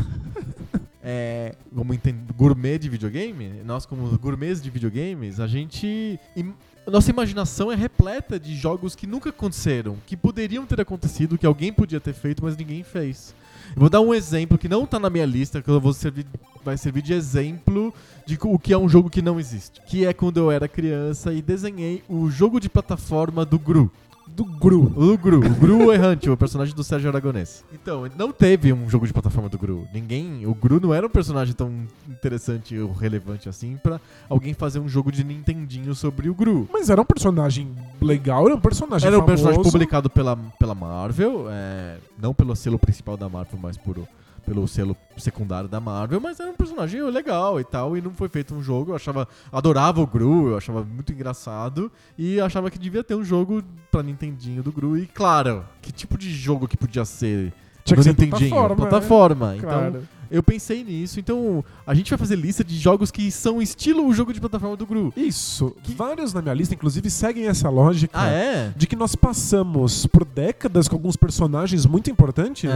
é, como entende, gourmet de videogame, nós como gourmets de videogames, a gente im- a nossa imaginação é repleta de jogos que nunca aconteceram, que poderiam ter acontecido, que alguém podia ter feito, mas ninguém fez. Eu vou dar um exemplo que não tá na minha lista, que eu vou servir, vai servir de exemplo de co- o que é um jogo que não existe. Que é quando eu era criança e desenhei o jogo de plataforma do Gru. Do Gru. O Gru, o Gru é errante, o personagem do Sérgio Aragonês. Então, não teve um jogo de plataforma do Gru. Ninguém, o Gru não era um personagem tão interessante ou relevante assim pra alguém fazer um jogo de Nintendinho sobre o Gru. Mas era um personagem legal, era um personagem Era um famoso. personagem publicado pela, pela Marvel, é, não pelo selo principal da Marvel, mas por, o- pelo selo secundário da Marvel, mas era um personagem legal e tal, e não foi feito um jogo, eu achava, adorava o Gru, eu achava muito engraçado, e achava que devia ter um jogo pra Nintendinho do Gru, e claro, que tipo de jogo que podia ser Tinha que no ser Nintendinho? plataforma, Plataforma, é. então... Claro. Eu pensei nisso, então a gente vai fazer lista de jogos que são estilo o jogo de plataforma do Gru. Isso. Vários na minha lista, inclusive, seguem essa lógica. Ah, é? De que nós passamos por décadas com alguns personagens muito importantes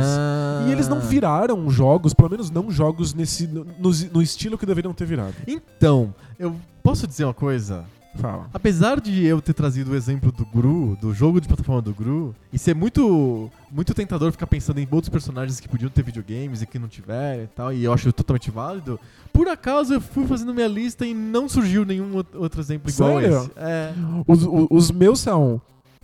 e eles não Ah. viraram jogos, pelo menos não jogos nesse, no, no estilo que deveriam ter virado. Então, eu posso dizer uma coisa? Fala. Apesar de eu ter trazido o exemplo do Gru, do jogo de plataforma do Gru, e ser muito, muito tentador ficar pensando em outros personagens que podiam ter videogames e que não tiveram e tal, e eu acho totalmente válido, por acaso eu fui fazendo minha lista e não surgiu nenhum out- outro exemplo igual a Sério? esse. É. Os, o- os meus são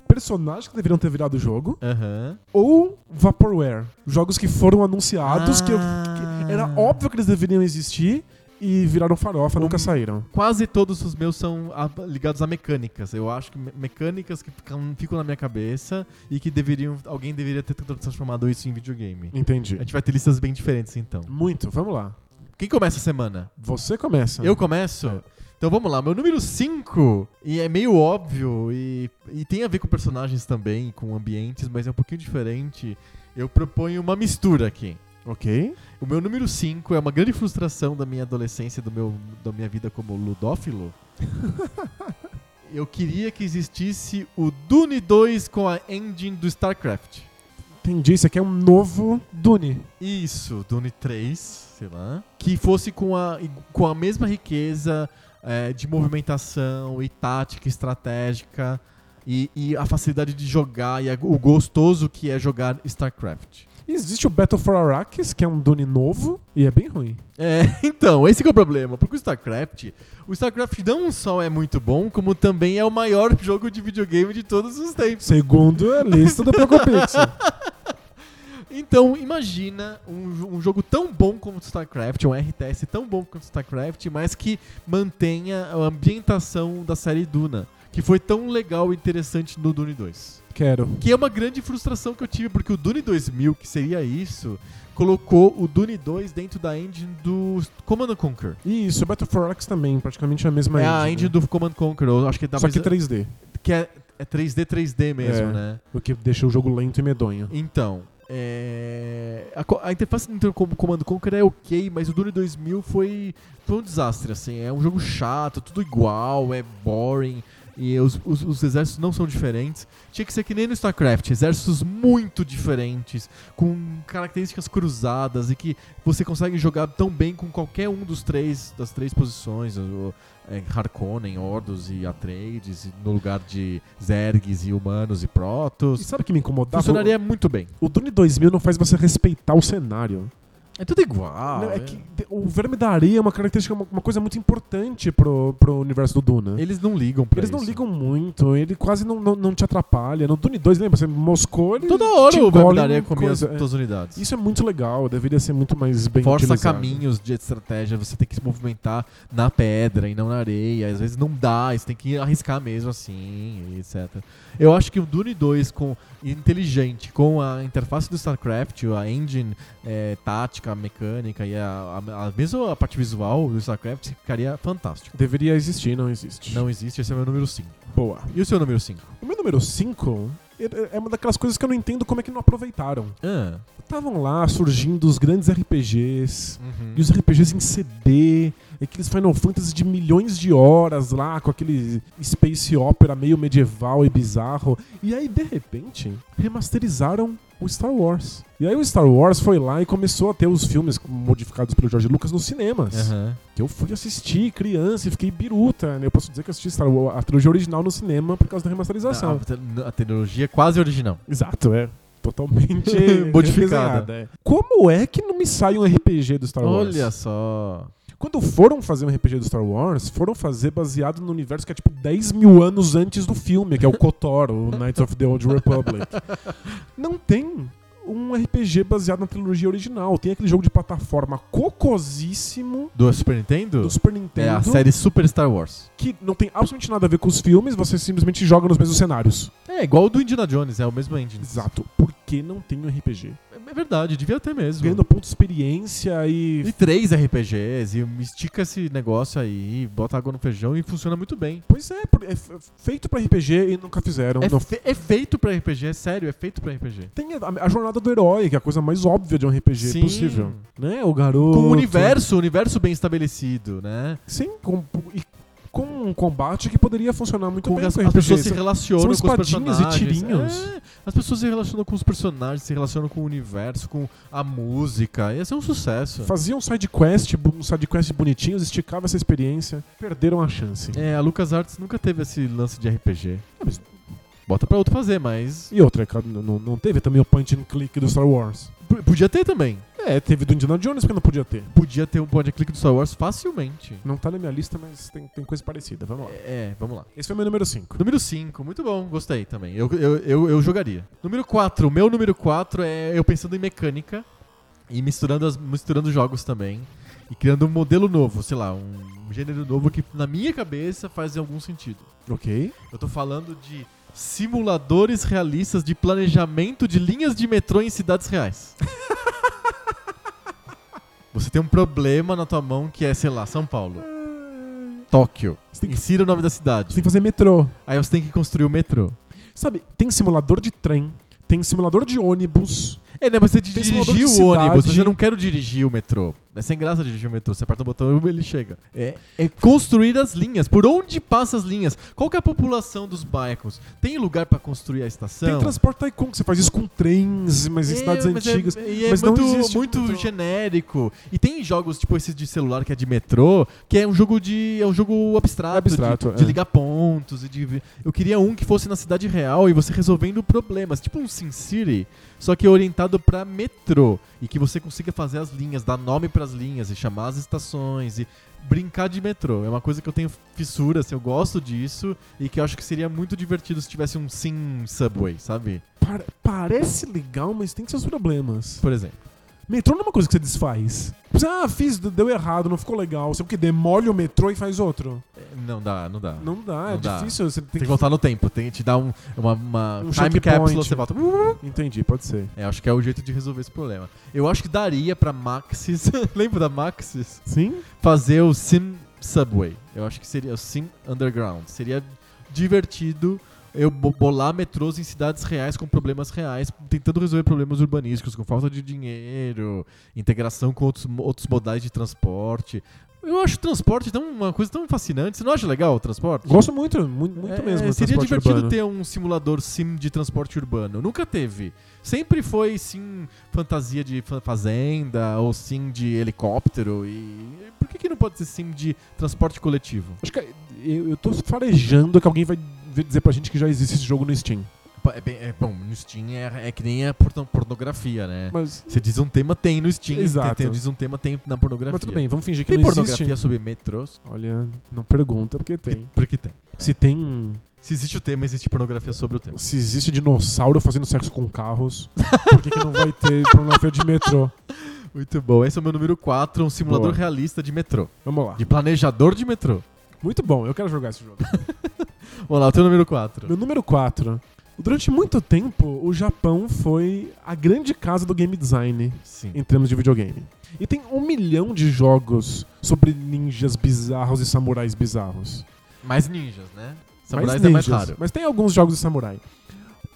personagens que deveriam ter virado jogo Aham. ou Vaporware. Jogos que foram anunciados que, eu- Ah. que era óbvio que eles deveriam existir e viraram farofa, Um- nunca saíram. Quase todos os meus são a- ligados a mecânicas. Eu acho que me- mecânicas que ficam ficam na minha cabeça e que deveriam. Alguém deveria ter transformado isso em videogame. Entendi. A gente vai ter listas bem diferentes então. Muito, vamos lá. Quem começa a semana? Você começa. Eu começo? É. Então vamos lá, meu número 5, e é meio óbvio, e, e tem a ver com personagens também, com ambientes, mas é um pouquinho diferente. Eu proponho uma mistura aqui. Ok. O meu número 5 é uma grande frustração da minha adolescência e do meu, da minha vida como ludófilo. Eu queria que existisse o Dune 2 com a engine do StarCraft. Entendi. Isso aqui é um novo Dune. Isso, Dune 3, sei lá. Que fosse com a, com a mesma riqueza é, de movimentação e tática estratégica e, e a facilidade de jogar e a- o gostoso que é jogar StarCraft. Existe o Battle for Arrakis, que é um Dune novo e é bem ruim. É, então, esse que é o problema, porque o StarCraft, o StarCraft não só é muito bom, como também é o maior jogo de videogame de todos os tempos. Segundo a lista do Procopixel. Então, imagina um, jo- um jogo tão bom quanto StarCraft, um RTS tão bom quanto StarCraft, mas que mantenha a ambientação da série Duna, que foi tão legal e interessante no Dune 2. Quero. Que é uma grande frustração que eu tive, porque o Dune 2000, que seria isso, colocou o Dune 2 dentro da engine do Command and Conquer. E isso, o Battle for Arrakis também, praticamente a mesma é a né? engine do Command and Conquer, eu acho que, dá Só mais- que 3D, que é, é 3D, 3D mesmo, É. né? o que deixa o jogo lento e medonho. Então, é, a, co- a interface do Comando Conquer é ok, mas o Dune 2000 foi, foi um desastre, assim. É um jogo chato, tudo igual, é boring, e os, os- os exércitos não são diferentes. Tinha que ser que nem no StarCraft, exércitos muito diferentes, com características cruzadas e que você consegue jogar tão bem com qualquer um dos três, das três posições, o- é, Harkonnen, Ordos e Atreides, e no lugar de Zergs e Humanos e E Protos. sabe o que me incomodava? Funcionaria muito bem. O Dune 2000 não faz você respeitar o cenário. É tudo igual. Não, é é. que te- o verme da areia é uma característica, uma, uma coisa muito importante pro, pro universo do Duna. Eles não ligam pra Eles não é isso. ligam muito, ele quase não, não, não te atrapalha. No Dune 2, lembra? Você moscou, ele Toda hora te o engole Verdadeira em comia as coisa, é. suas unidades. Isso é muito legal, deveria ser muito mais bem Força utilizado. caminhos de estratégia, você tem que se movimentar na pedra e não na areia. Às vezes não dá, você tem que arriscar mesmo assim, etc. Eu acho que o Dune 2 com, inteligente, com a interface do StarCraft, a engine é, tática, mecânica e a, a, a, mesmo a parte visual do StarCraft ficaria fantástico. Deveria existir, não existe. Não existe, esse é o meu número 5. Boa. E o seu número 5? O meu número 5 é uma daquelas coisas que eu não entendo como é que não aproveitaram. Ah, Estavam lá surgindo os grandes RPGs, uhum. e os RPGs em CD, e aqueles Final Fantasy de milhões de horas lá, com aquele space opera meio medieval e bizarro. E aí, de repente, remasterizaram o Star Wars. E aí o Star Wars foi lá e começou a ter os filmes modificados pelo George Lucas nos cinemas. Aham. Que eu fui assistir criança e fiquei biruta, né? Eu posso dizer que eu assisti Star Wars, a trilogia original no cinema por causa da remasterização. A, a, a tecnologia é quase original. Exato, é. Totalmente Modificada. redesenhada, é. Como é que não me sai um RPG do Star Wars? Olha só. Quando foram fazer um RPG do Star Wars, foram fazer baseado no universo que é tipo 10 mil anos antes do filme, que é o KOTOR, o Knights of the Old Republic. Não tem um RPG baseado na trilogia original. Tem aquele jogo de plataforma cocosíssimo Do Super Nintendo? do Super Nintendo É a série Super Star Wars. que não tem absolutamente nada a ver com os filmes, você simplesmente joga nos mesmos cenários. É igual o do Indiana Jones, é o mesmo engine. Exato. Por que não tem um RPG? É verdade, devia ter mesmo. Ganhando ponto de experiência e... E três RPGs, e estica esse negócio aí, bota água no feijão e funciona muito bem. Pois é, por- é f- feito pra RPG e nunca fizeram. É, Não fe- é feito pra RPG, é sério, é feito pra RPG. Tem a, a jornada do herói, que é a coisa mais óbvia de um RPG Sim. possível. Né? O garoto. Com o universo, o universo bem estabelecido, né? Sim, com, e com um combate que poderia funcionar muito Com bem as, com as RPG. pessoas se relacionam são com os espadinhas personagens. e tirinhos. É, as pessoas se relacionam com os personagens, se relacionam com o universo, com a música. Ia ser um sucesso. Faziam um sidequest, bu- um sidequest bonitinho, esticava essa experiência, perderam a chance. É, a LucasArts nunca teve esse lance de RPG. É, mas- Bota pra outro fazer, mas. E outra, cara, não- não, não teve também o point and click do Star Wars. p- Podia ter também. É, teve do Indiana Jones que não podia ter. Podia ter um point and click do Star Wars facilmente. Não tá na minha lista, mas tem, tem coisa parecida. Vamos lá. É, é, vamos lá. Esse foi meu número 5. Número 5, muito bom, gostei também. Eu, eu, eu, eu jogaria. Número 4, meu número 4 é eu pensando em mecânica e misturando, as, misturando jogos também. E criando um modelo novo, sei lá, um gênero novo que na minha cabeça faz algum sentido. Ok. Eu tô falando de simuladores realistas de planejamento de linhas de metrô em cidades reais. Você tem um problema na tua mão que é, sei lá, São Paulo. Tóquio. Você tem que- Insira o nome da Você cidade. tem que fazer metrô. Aí você tem que construir o metrô. Sabe, tem simulador de trem, tem simulador de ônibus. É, né? Mas você Tem simulador de dirigir o cidade. ônibus, mas eu não quero dirigir o metrô. É sem graça dirigir o metrô. Você aperta o botão e ele chega. É, é construir as linhas. Por onde passam as linhas? Qual que é a população dos bairros? Tem lugar pra construir a estação? Tem transporte Tycoon, que você faz isso com trens, mas em Então. É, cidades mas antigas. É, e é mas muito, não existe muito muito- genérico. E tem jogos tipo esse de celular que é de metrô, que é um jogo de. é um jogo abstrato, É abstrato, de, de é. ligar pontos e de. ver- Eu queria um que fosse na cidade real e você resolvendo problemas. Tipo um SimCity, só que orientado pra metrô. E que você consiga fazer as linhas, dar nome pras linhas e chamar as estações e brincar de metrô. É uma coisa que eu tenho fissura, assim, eu gosto disso e que eu acho que seria muito divertido se tivesse um Sim Subway, sabe? Par- parece legal, mas tem seus problemas. Por exemplo. Metrô não é uma coisa que você desfaz. Você, ah, fiz, d- deu errado, não ficou legal. Você o que demole o metrô e faz outro. É, Não dá, não dá. Não dá, é Não dá. difícil. Você Tem tem que voltar no tempo, tem que te dar um, uma, uma Um time checkpoint. capsule, você volta. Entendi, pode ser. É, acho que é o jeito de resolver esse problema. Eu acho que daria pra Maxis, lembra da Maxis? Sim? Fazer o Sim Subway. Eu acho que seria o Sim Underground. Seria divertido eu bo- bolar metrôs em cidades reais com problemas reais, tentando resolver problemas urbanísticos, com falta de dinheiro, integração com outros, mo- outros modais de transporte. Eu acho o transporte tão, uma coisa tão fascinante. Você não acha legal o transporte? Gosto muito, muito, muito É, mesmo. do Seria transporte divertido urbano. ter um simulador sim de transporte urbano. Nunca teve. Sempre foi sim fantasia de fa- fazenda ou sim de helicóptero. E por que, que não pode ser sim de transporte coletivo? Acho que é, eu, eu tô farejando que alguém vai vir dizer pra gente que já existe esse jogo no Steam. Pa- É bem- é, bom, no Steam é, é que nem a porno- pornografia, né? Mas, Você diz um tema, tem no Steam. Exato. Tem, tem- diz um tema, tem na pornografia. mas tudo bem, vamos fingir que Tem não pornografia existe. sobre metrôs? Olha, não pergunta porque tem. Porque tem. Se tem. Se existe o tema, existe pornografia sobre o tema. Se existe dinossauro fazendo sexo com carros, por que, que não vai ter pornografia de metrô? Muito bom. Esse é o meu número 4, um simulador Boa. realista de metrô. Vamos lá. De planejador de metrô. Muito bom, eu quero jogar esse jogo. Vamos lá, o teu número 4. Meu número 4. Durante muito tempo, o Japão foi a grande casa do game design Sim. em termos de videogame. E tem um milhão de jogos sobre ninjas bizarros e samurais bizarros. Mais ninjas, né? Samurais Mas é mais ninjas, raro. Mas tem alguns jogos de samurai.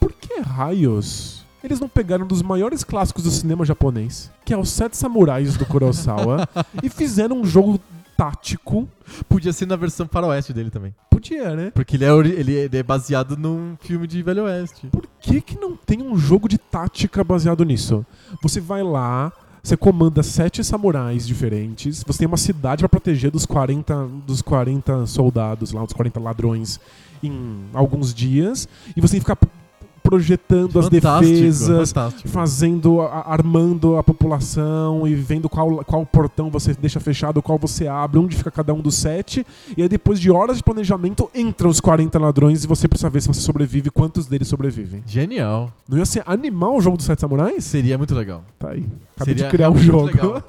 Por que raios eles não pegaram um dos maiores clássicos do cinema japonês, que é os Sete Samurais do Kurosawa, e fizeram um jogo tático? Podia ser na versão faroeste dele também. Podia, né? Porque ele é, ori- ele é- ele é baseado num filme de Velho Oeste. Por que que não tem um jogo de tática baseado nisso? Você vai lá, você comanda sete samurais diferentes, você tem uma cidade pra proteger dos 40, dos 40 soldados lá, dos 40 ladrões em alguns dias, e você tem que ficar p- projetando as Fantástico, defesas, fantástico. fazendo, a- a- armando a população e vendo qual, qual portão você deixa fechado, qual você abre, onde fica cada um dos sete. E aí, depois de horas de planejamento, entram os 40 ladrões e você precisa ver se você sobrevive, quantos deles sobrevivem. Genial. Não ia ser animal o jogo dos sete samurais? Seria muito legal. Tá aí. Acabei Seria de criar um muito jogo. legal.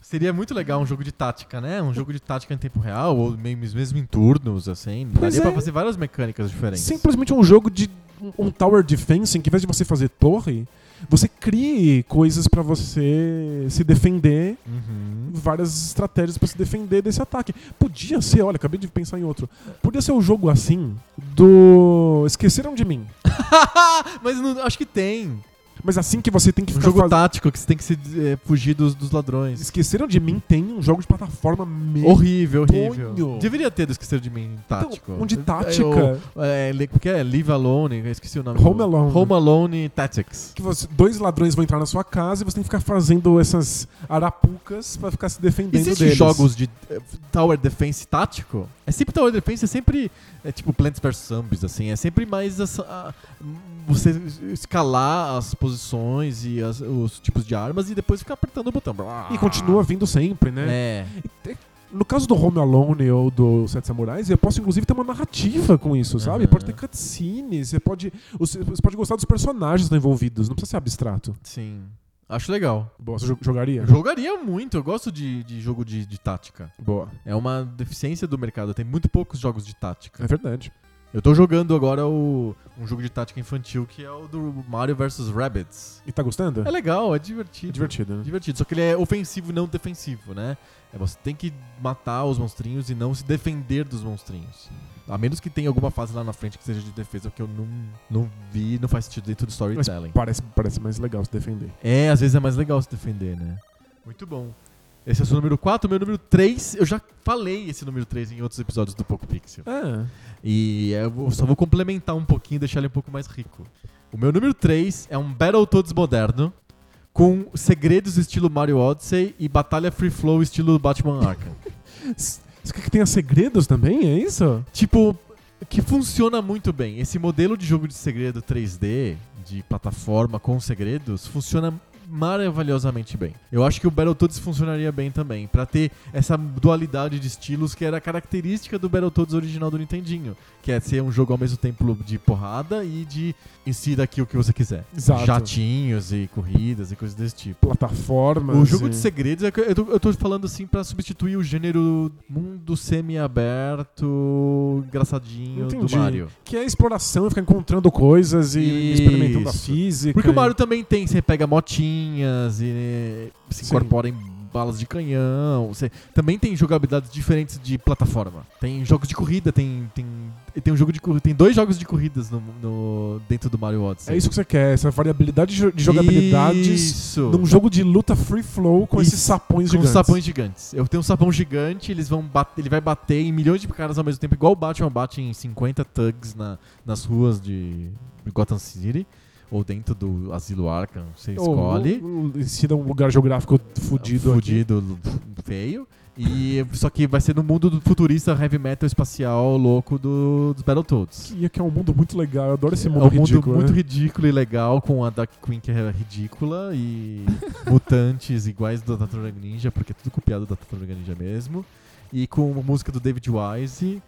Seria muito legal um jogo de tática, né? Um jogo de tática em tempo real, ou me- mesmo em turnos, assim. Pois Daria é. pra fazer várias mecânicas diferentes. Simplesmente um jogo de um- um tower defense em que, ao invés de você fazer torre, você crie coisas pra você se defender, Uhum. várias estratégias pra se defender desse ataque. Podia ser, olha, acabei de pensar em outro. Podia ser um jogo assim do esqueceram de mim, Ah, Mas não- acho que tem. mas assim que você tem que Um ficar jogo faz- tático que você tem que se, eh, fugir dos, dos ladrões. Esqueceram de mim tem um jogo de plataforma meio Horrível, horrível. Tonho. Deveria ter do Esquecer de Mim Então, tático. um de É, o- tática. É, li- como que é? Live Alone, eu esqueci o nome. Home do- Alone. Home Alone Tactics. Que você- dois ladrões vão entrar na sua casa e você tem que ficar fazendo essas arapucas pra ficar se defendendo Existem deles. jogos de eh, Tower Defense tático? É sempre Tower Defense, é sempre é tipo Plants vs Zombies, assim. É sempre mais essa, a- você escalar as posições e as- os tipos de armas e depois ficar apertando o botão. Blá. E continua vindo sempre, né? É. No caso do Home Alone ou do Sete Samurais, eu posso inclusive ter uma narrativa com isso, sabe? Aham. Pode ter cutscenes, você pode, você você pode gostar dos personagens que estão envolvidos, não precisa ser abstrato. Sim. Acho legal. Boa, você jo- jogaria? Eu jogaria muito, eu gosto de, de jogo de, de tática. Boa. É uma deficiência do mercado, tem muito poucos jogos de tática. É verdade. Eu tô jogando agora o, um jogo de tática infantil que é o do Mario vs Rabbids. E tá gostando? É legal, é divertido. É divertido, né? Divertido, só que ele é ofensivo e não defensivo, né? É, você tem que matar os monstrinhos e não se defender dos monstrinhos. A menos que tenha alguma fase lá na frente que seja de defesa, que eu não, não vi, não faz sentido dentro do storytelling. Parece, parece mais legal se defender. É, às vezes é mais legal se defender, né? Muito bom. Esse é o seu número 4, meu número 3. Eu já falei esse número 3 em outros episódios do Poco Pixel. Ah, E eu vou- só vou complementar um pouquinho e deixar ele um pouco mais rico. O meu número 3 é um Battletoads moderno com segredos estilo Mario Odyssey e batalha free flow estilo Batman Arkham. Você quer que tenha segredos também? É isso? tipo, que funciona muito bem. Esse modelo de jogo de segredo 3D, de plataforma com segredos, funciona maravilhosamente bem. Eu acho que o Battletoads funcionaria bem também, pra ter essa dualidade de estilos que era a característica do Battletoads original do Nintendinho, que é ser um jogo ao mesmo tempo de porrada e de insira aqui o que você quiser. Exato. Jatinhos e corridas e coisas desse tipo. Plataformas. O jogo e- de segredos, é que eu tô, eu tô falando assim pra substituir o gênero mundo semi-aberto, engraçadinho Entendi. do Mario. Que é exploração, ficar encontrando coisas e Isso. experimentando a física. Porque o e- Mario também tem, você pega motinhas e se Sim. incorpora em balas de canhão. Você também tem jogabilidades diferentes de plataforma. Tem jogos de corrida, tem tem e tem um jogo de corrida, tem dois jogos de corridas no, no- dentro do Mario Odyssey. É isso que você quer, essa variabilidade de jo- de jogabilidades Isso. num jogo de luta free flow com Isso, esses sapões Com gigantes. sapões gigantes. Eu tenho um sapão gigante, eles vão bat- ele vai bater em milhões de caras ao mesmo tempo, igual o Batman bate em 50 thugs na, nas ruas de Gotham City, ou dentro do asilo Arkham, você Ou- escolhe. ou- ou- Se dá um lugar geográfico fudido. aqui. Fudido, l- feio. E, só que vai ser no mundo do futurista heavy metal espacial louco do, dos Battletoads. E aqui é um mundo muito legal, eu adoro esse É mundo um ridículo. mundo muito né? ridículo e legal, com a Dark Queen que é ridícula e mutantes iguais da Tataruga Ninja, porque é tudo copiado da Tataruga Ninja mesmo. E com uma música do David Wise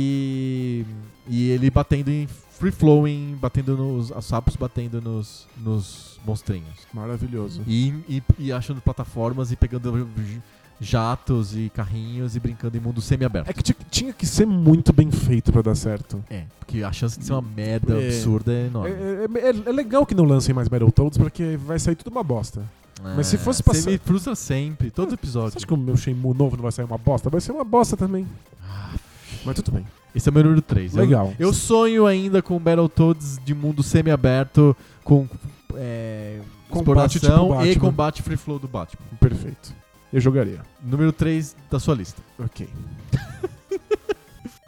e, e ele batendo em free flowing, batendo nos os sapos, batendo nos, nos monstrinhos. Maravilhoso. E, e, e achando plataformas e pegando j- jatos e carrinhos e brincando em mundo semi-aberto. É que ti- tinha que ser muito bem feito pra dar certo. É, porque a chance de ser uma merda É. absurda é É, enorme. é- é- é legal que não lancem mais Battletoads, porque vai sair tudo uma bosta. Mas se fosse pra. passar- Você me frustra sempre, todo Você episódio. acha que o meu Shenmue novo não vai sair uma bosta? Vai ser uma bosta também. Mas tudo bem. Esse é o meu número 3. Legal. Ah, Eu, eu sonho ainda com Battletoads de mundo semi-aberto, com é, Combate tipo exploração e Batman. combate free flow do Batman. Perfeito. Eu jogaria. Número 3 da sua lista. Ok.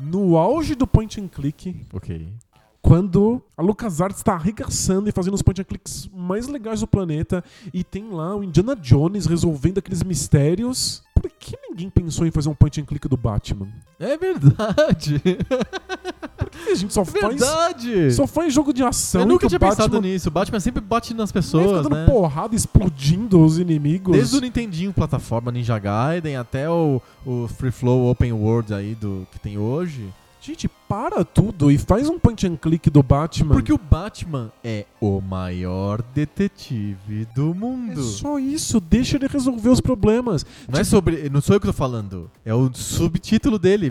no auge do point and click, Ok. quando a LucasArts está arregaçando e fazendo os point and clicks mais legais do planeta e tem lá o Indiana Jones resolvendo aqueles mistérios. Por que ninguém pensou em fazer um point and click do Batman? É verdade. É Por que a gente só faz, Verdade. só faz jogo de ação Eu em que nunca o tinha Batman pensado nisso. O Batman sempre bate Ele nas fica pessoas, dando né? porrada, explodindo os inimigos. Desde o Nintendinho, plataforma Ninja Gaiden, até o, o Free Flow Open World aí do que tem hoje. Gente, para tudo e faz um punch and click do Batman. Porque o Batman é o maior detetive do é mundo. só isso, deixa ele resolver os problemas. Não é sobre. Não sou eu que tô falando. É o subtítulo dele: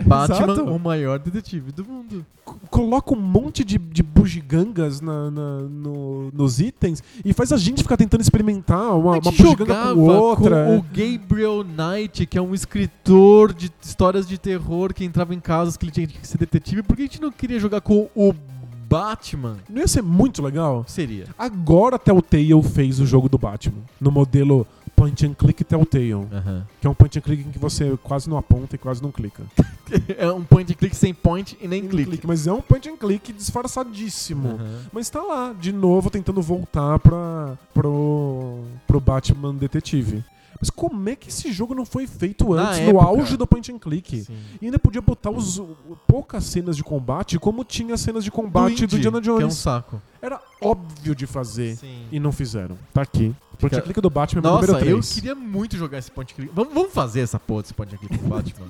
Batman, Exato. o maior detetive do mundo. C- Coloca um monte de, de bugigangas na- na- no- nos itens e faz a gente ficar tentando experimentar uma, A uma gente bugiganga com outra. né? com o Gabriel Knight, que é um escritor de histórias de terror que entrava em casas que ele tinha que ser detetive. Por que a gente não queria jogar com o Batman? Não ia ser muito legal? Seria. Agora a Telltale fez o jogo do Batman no modelo punch and click Telltale, Aham. que é um punch and click em que você quase não aponta e quase não clica. É um point and click sem point e nem clique. Mas é um punch and click disfarçadíssimo. Aham. Mas tá lá, de novo, tentando voltar pra, pro, pro Batman Detetive. Mas como é que esse jogo não foi feito Na antes, no época. auge do Punch and Click? Sim. E ainda podia botar os, o- poucas cenas de combate, como tinha as cenas de combate do Indie, Indiana Que é um Jones. saco. Era óbvio de fazer. Sim. E não fizeram. Tá aqui. Punch and Click do Batman é o Nossa, número eu 3. queria muito jogar esse point and click. Vamos, vamos fazer essa porra desse point and click do Batman.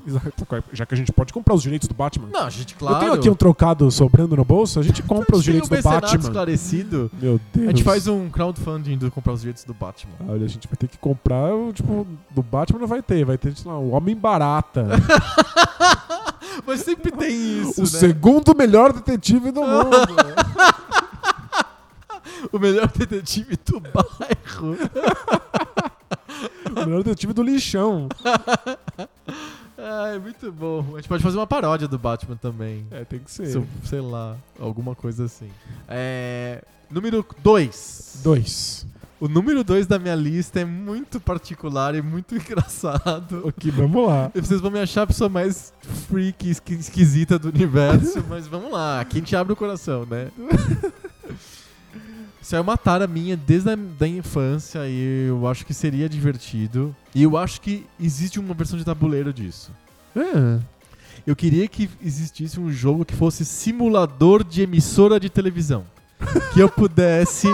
é? Já que a gente pode comprar os direitos do Batman. Não, gente, claro. Eu tenho aqui um trocado sobrando no bolso, a gente compra os Tem direitos o do mercenário Batman. esclarecido. Meu Deus. A gente faz um crowdfunding do comprar os direitos do Batman. Olha, a gente vai ter que comprar, o, tipo, do Batman não vai ter, vai ter, sei lá, o Homem Barata. Mas sempre tem isso, o né? segundo melhor detetive do mundo. O melhor detetive do bairro. o melhor detetive do lixão. Ai, muito bom. A gente pode fazer uma paródia do Batman também. É, tem que ser. Se eu- Sei lá, alguma coisa assim. É, Número 2. Dois. O número 2 da minha lista é muito particular e muito engraçado. Ok, vamos lá. E Vocês vão me achar a pessoa mais freak, esqui- esquisita do universo, mas vamos lá, aqui a gente abre o coração, né? Isso é uma tara minha desde a da infância e eu acho que seria divertido. E eu acho que existe uma versão de tabuleiro disso. É. Eu queria que existisse um jogo que fosse simulador de emissora de televisão. Que eu pudesse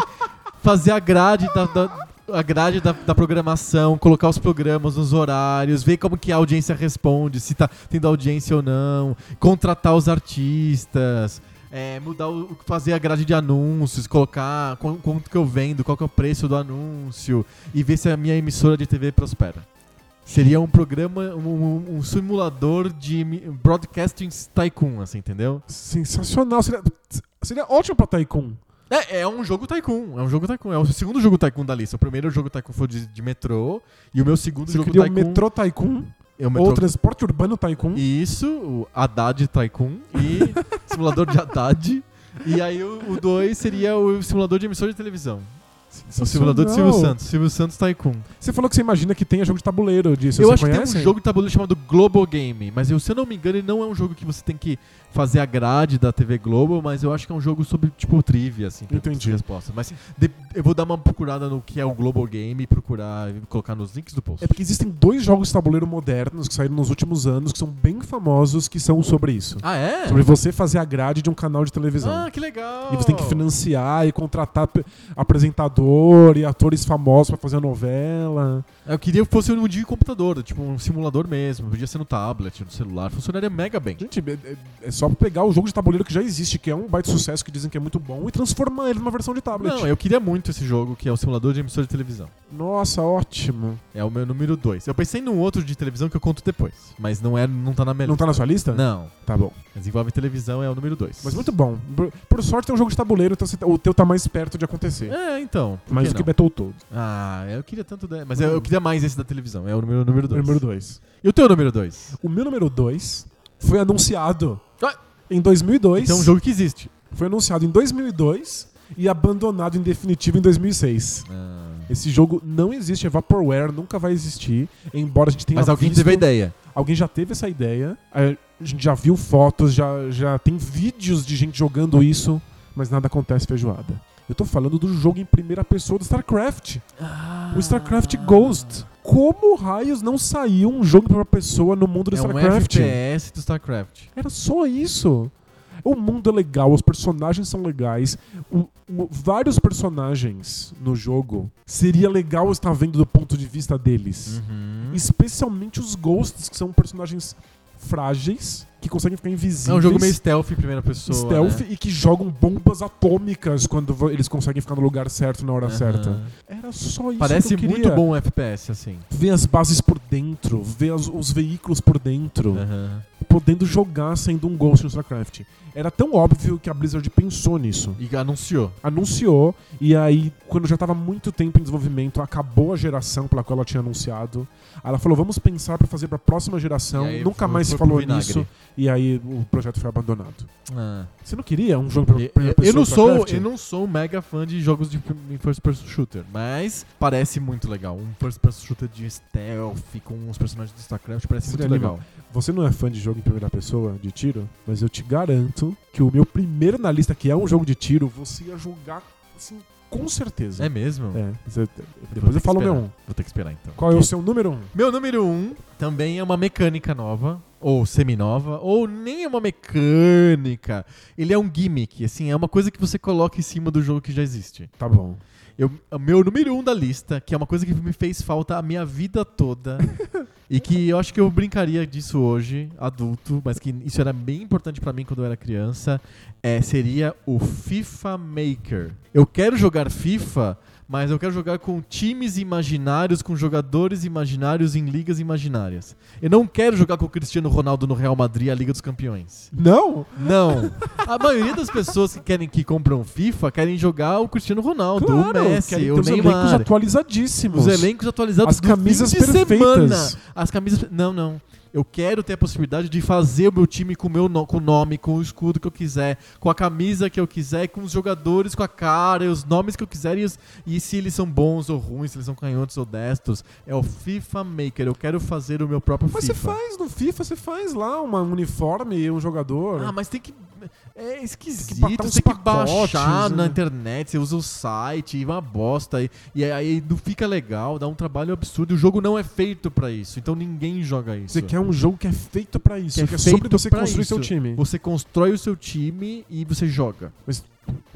fazer a grade da, da- a grade da, da programação, colocar os programas nos horários, ver como que a audiência responde, se tá tendo audiência ou não, contratar os artistas, é, mudar o, fazer a grade de anúncios, colocar qu- quanto que eu vendo, qual que é o preço do anúncio e ver se a minha emissora de TV prospera. Seria um programa, um, um- um simulador de mi- broadcasting tycoon, assim, entendeu? Sensacional. Seria, seria ótimo pra Tycoon. É, é um jogo Tycoon, é um jogo Tycoon. É o segundo jogo Tycoon da lista. O primeiro jogo Tycoon foi de, de metrô e o meu segundo Você jogo queria o Tycoon... Metrô Tycoon, é o ou o Transporte Urbano Tycoon. Isso, o Haddad Tycoon e simulador de Haddad. E aí o 2 seria o simulador de emissora de televisão. O simulador de Silvio Sensacional. Santos, Silvio Santos Tycoon. Você falou que você imagina que tenha jogo de tabuleiro disso. eu você acho que conhece? tem um jogo de tabuleiro chamado Global Game, mas eu, se eu não me engano, ele não é um jogo que você tem que fazer a grade da TV Globo, mas eu acho que é um jogo sobre, tipo, trivia, assim, perguntas e Entendi. respostas. Mas de- eu vou dar uma procurada no que é o Global Game e procurar e colocar nos links do post. É porque existem dois jogos de tabuleiro modernos que saíram nos últimos anos, que são bem famosos, que são sobre isso. Ah, é? Sobre você fazer a grade de um canal de televisão. Ah, que legal! E você tem que financiar e contratar pe- apresentador e atores famosos pra fazer a novela. Eu queria que fosse um de computador, tipo um simulador mesmo. Podia ser no tablet, no celular. Funcionaria mega bem. Gente, é, é- é só pegar o jogo de tabuleiro que já existe, que é um baita sucesso, que dizem que é muito bom, e transformar ele numa versão de tablet. Não, eu queria muito esse jogo, que é o simulador de emissora de televisão. Nossa, ótimo. É o meu número 2. Eu pensei num outro de televisão que eu conto depois, mas não, é, não tá na melhor. Não tá na sua lista? Não, Tá bom. mas envolve televisão, é o número 2. Mas muito bom. Por- Por sorte tem um jogo de tabuleiro, então você- o teu tá mais perto de acontecer. É, então. por Mais que do que não? Battletoads. Ah, eu queria tanto. De... Mas eu, eu queria mais esse da televisão, é o número 2. Número dois. Número 2. E o teu número 2? O meu número 2 foi anunciado Ah. em 2002. Então é um jogo que existe. Foi anunciado em 2002 e abandonado em definitivo em 2006. Esse jogo não existe, é Vaporware, nunca vai existir, embora a gente tenha mas alguém visto- teve a ideia. Alguém já teve essa É, ideia, a gente já viu fotos, já, já tem vídeos de gente jogando isso mas nada acontece feijoada. Eu tô falando do jogo em primeira pessoa do StarCraft. O StarCraft Ghost. Como raios não saiu um jogo em primeira pessoa no mundo do É um StarCraft? FPS do StarCraft. Era só isso. O mundo é legal, os personagens são legais. o- o- vários personagens no jogo seria legal estar vendo do ponto de vista deles. Uhum. Especialmente os ghosts, que são personagens frágeis, que conseguem ficar invisíveis. É um jogo meio stealth em primeira pessoa. stealth né? e que jogam bombas atômicas quando vo- eles conseguem ficar no lugar tá certo na hora Aham. certa. Era só isso que Parece eu queria. muito bom um FPS, assim. Ver as bases por dentro, ver as- os veículos por dentro Aham. podendo jogar sendo um Ghost no StarCraft. Era tão óbvio que a Blizzard pensou nisso. E anunciou. Anunciou, e aí, quando já estava muito tempo em desenvolvimento, acabou a geração pela qual ela tinha anunciado. Aí ela falou: vamos pensar para fazer para a próxima geração. E aí Então, Nunca foi- mais se foi pro falou vinagre. nisso. E aí o projeto foi abandonado. Ah. Você não queria um jogo pra Eu- primeira eu, pessoa não do sou, StarCraft? eu não sou um mega fã de jogos de prim- first person shooter, mas parece muito legal. Um first person shooter de stealth com os personagens do StarCraft parece Você muito anima. legal. Você não é fã de jogo em primeira pessoa, de tiro? Mas eu te garanto que o meu primeiro na lista, que é um jogo de tiro, você ia jogar assim, com certeza. É mesmo? É, você- Vou depois ter eu que falo o meu esperar. um. Vou ter que esperar então. Qual é o seu número um? Meu número um também é uma mecânica nova, ou semi-nova, ou nem é uma mecânica. Ele é um gimmick, assim, é uma coisa que você coloca em cima do jogo que já existe. Tá bom. Eu, o meu número um da lista, que é uma coisa que me fez falta a minha vida toda, e que eu acho que eu brincaria disso hoje, adulto, mas que isso era bem importante pra mim quando eu era criança, é, seria o FIFA Maker. Eu quero jogar FIFA, mas eu quero jogar com times imaginários, com jogadores imaginários em ligas imaginárias. Eu não quero jogar com o Cristiano Ronaldo no Real Madrid, a Liga dos Campeões. Não? Não. A maioria das pessoas que querem que compram FIFA querem jogar o Cristiano Ronaldo, o Messi, querem é o ter os elencos Neymar. atualizadíssimos. Os elencos atualizados As do fim camisas de perfeitas. semana. As camisas. Não, não. Eu quero ter a possibilidade de fazer o meu time com o meu no- com o nome, com o escudo que eu quiser, com a camisa que eu quiser, com os jogadores, com a cara, e os nomes que eu quiser e, os- e se eles são bons ou ruins, se eles são canhotos ou destros. É o FIFA Maker. Eu quero fazer o meu próprio Mas você FIFA. faz no FIFA, você faz lá uma- um uniforme e um jogador. Ah, mas tem que. É esquisito, Tem que tem botar uns que, pacotes, baixar né? na internet, você usa o site, e uma bosta, e, e aí não fica legal, dá um trabalho absurdo. e O jogo não é feito pra isso, então ninguém joga isso. você quer um jogo que é feito pra isso, que é, sobre você pra construir isso. seu time. Você constrói o seu time e você joga.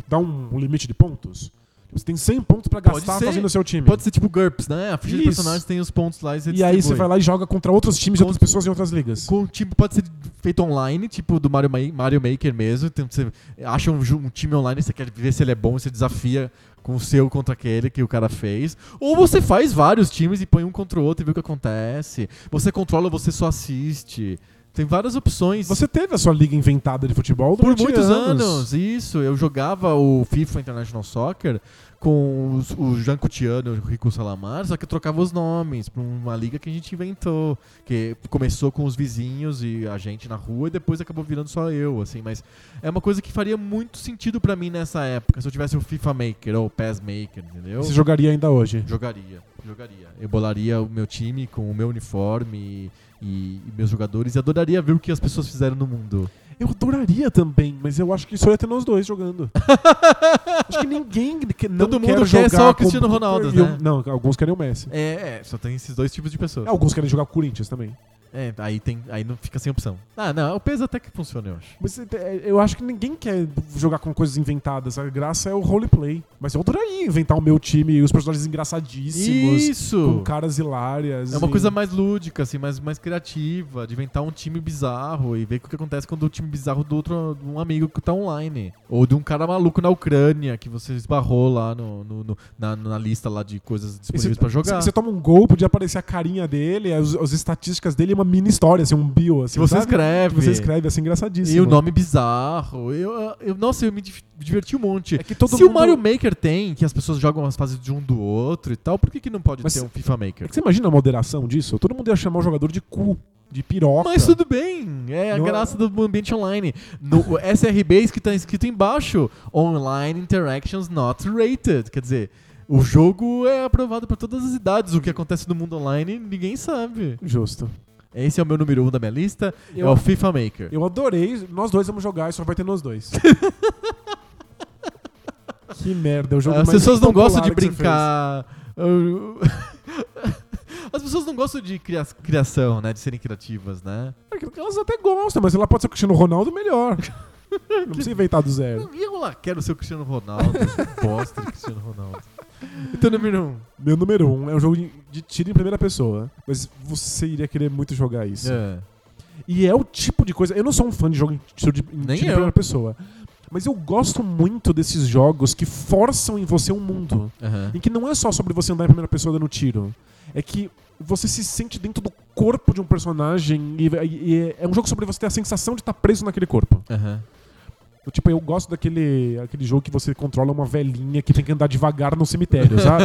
Dá um, um limite de pontos. Você tem 100 pontos pra Pode gastar ser. fazendo o seu time. Pode ser tipo GURPS, né? A ficha de Isso. personagens tem os pontos lá e você e aí você distribui. vai lá e joga contra outros times de outras pessoas em outras ligas. Com, tipo, pode ser feito online, tipo do Mario, Ma- Mario Maker mesmo. Então, você acha um, ju- um time online, você quer ver se ele é bom, você desafia com o seu contra aquele que o cara fez. Ou você faz vários times e põe um contra o outro e vê o que acontece. Você controla, você só assiste. Tem várias opções. Você teve a sua liga inventada de futebol Por durante muitos anos. isso. Eu jogava o FIFA International Soccer com os- o Jean Coutinho e o Rico Salamar, só que eu trocava os nomes pra uma liga que a gente inventou, que começou com os vizinhos e a gente na rua e depois acabou virando só eu, assim, mas é uma coisa que faria muito sentido pra mim nessa época, se eu tivesse o FIFA Maker ou o PES Maker, entendeu? Você jogaria ainda hoje. Jogaria, jogaria. Eu bolaria o meu time com o meu uniforme e, e meus jogadores e adoraria ver o que as pessoas fizeram no mundo. Eu adoraria também, mas eu acho que só ia ter nós dois jogando. acho que ninguém que não Todo quer mundo jogar quer só o com- Cristiano Ronaldo, e o- né? Não, alguns querem o Messi. É, é, só tem esses dois tipos de pessoas. Alguns querem jogar o Corinthians também. É, aí tem, aí não fica sem opção. Ah, não, o peso até que funciona, eu acho. Mas é, eu acho que ninguém quer jogar com coisas inventadas. A graça é o roleplay. Mas eu adoraria inventar o meu time e os personagens engraçadíssimos. Com Isso. caras hilárias. É uma e- coisa mais lúdica, assim, mais, mais criativa, de inventar um time bizarro e ver o que acontece quando o time bizarro do outro, de um amigo que tá online. Ou de um cara maluco na Ucrânia que você esbarrou lá no, no- no- na, na lista lá de coisas E Você, disponíveis pra jogar. você- você toma um gol, podia aparecer a carinha dele, as, as estatísticas dele, é uma mini história, assim, um bio. Assim, Se você sabe? escreve. Você escreve, assim, engraçadíssimo. E o nome bizarro. Eu, eu, nossa, eu me dif- diverti um monte. É que todo Se o mundo- Mario Maker tem, que as pessoas jogam as fases de um do outro e tal, por que, que não pode Mas ter um FIFA Maker? É que você imagina a moderação disso? Todo mundo ia chamar o jogador de cu, de piroca. Mas tudo bem, é a Não é- graça do ambiente online. No o SRB que tá escrito embaixo, Online Interactions Not Rated, quer dizer, o jogo é aprovado para todas as idades, o que acontece no mundo online ninguém sabe. Justo. Esse é o meu número um da minha lista, é Eu- o FIFA Maker. Eu adorei. Nós dois vamos jogar e só vai ter nós dois. Que merda, é o jogo As mais pessoas não popular gostam de que você fez. brincar. Eu- As pessoas não gostam de cria- criação, né? De serem criativas, né? É que Elas até gostam, mas ela pode ser o Cristiano Ronaldo melhor. Não precisa inventar do zero. E eu lá quero ser o Cristiano Ronaldo. eu um Bosta de Cristiano Ronaldo. Então, número um. Meu número um é um jogo de tiro em primeira pessoa. Mas você iria querer muito jogar isso. É. E é o tipo de coisa. Eu não sou um fã de jogo em tiro de, em Nem tiro em eu. primeira pessoa. Mas eu gosto muito desses jogos que forçam em você um mundo. Aham. Em que não é só sobre você andar em primeira pessoa dando tiro. É que você se sente dentro do corpo de um personagem e, e- e é um jogo sobre você ter a sensação de estar preso naquele corpo. Aham. Eu, Tipo, eu gosto daquele aquele jogo que você controla uma velhinha que tem que andar devagar no cemitério, sabe?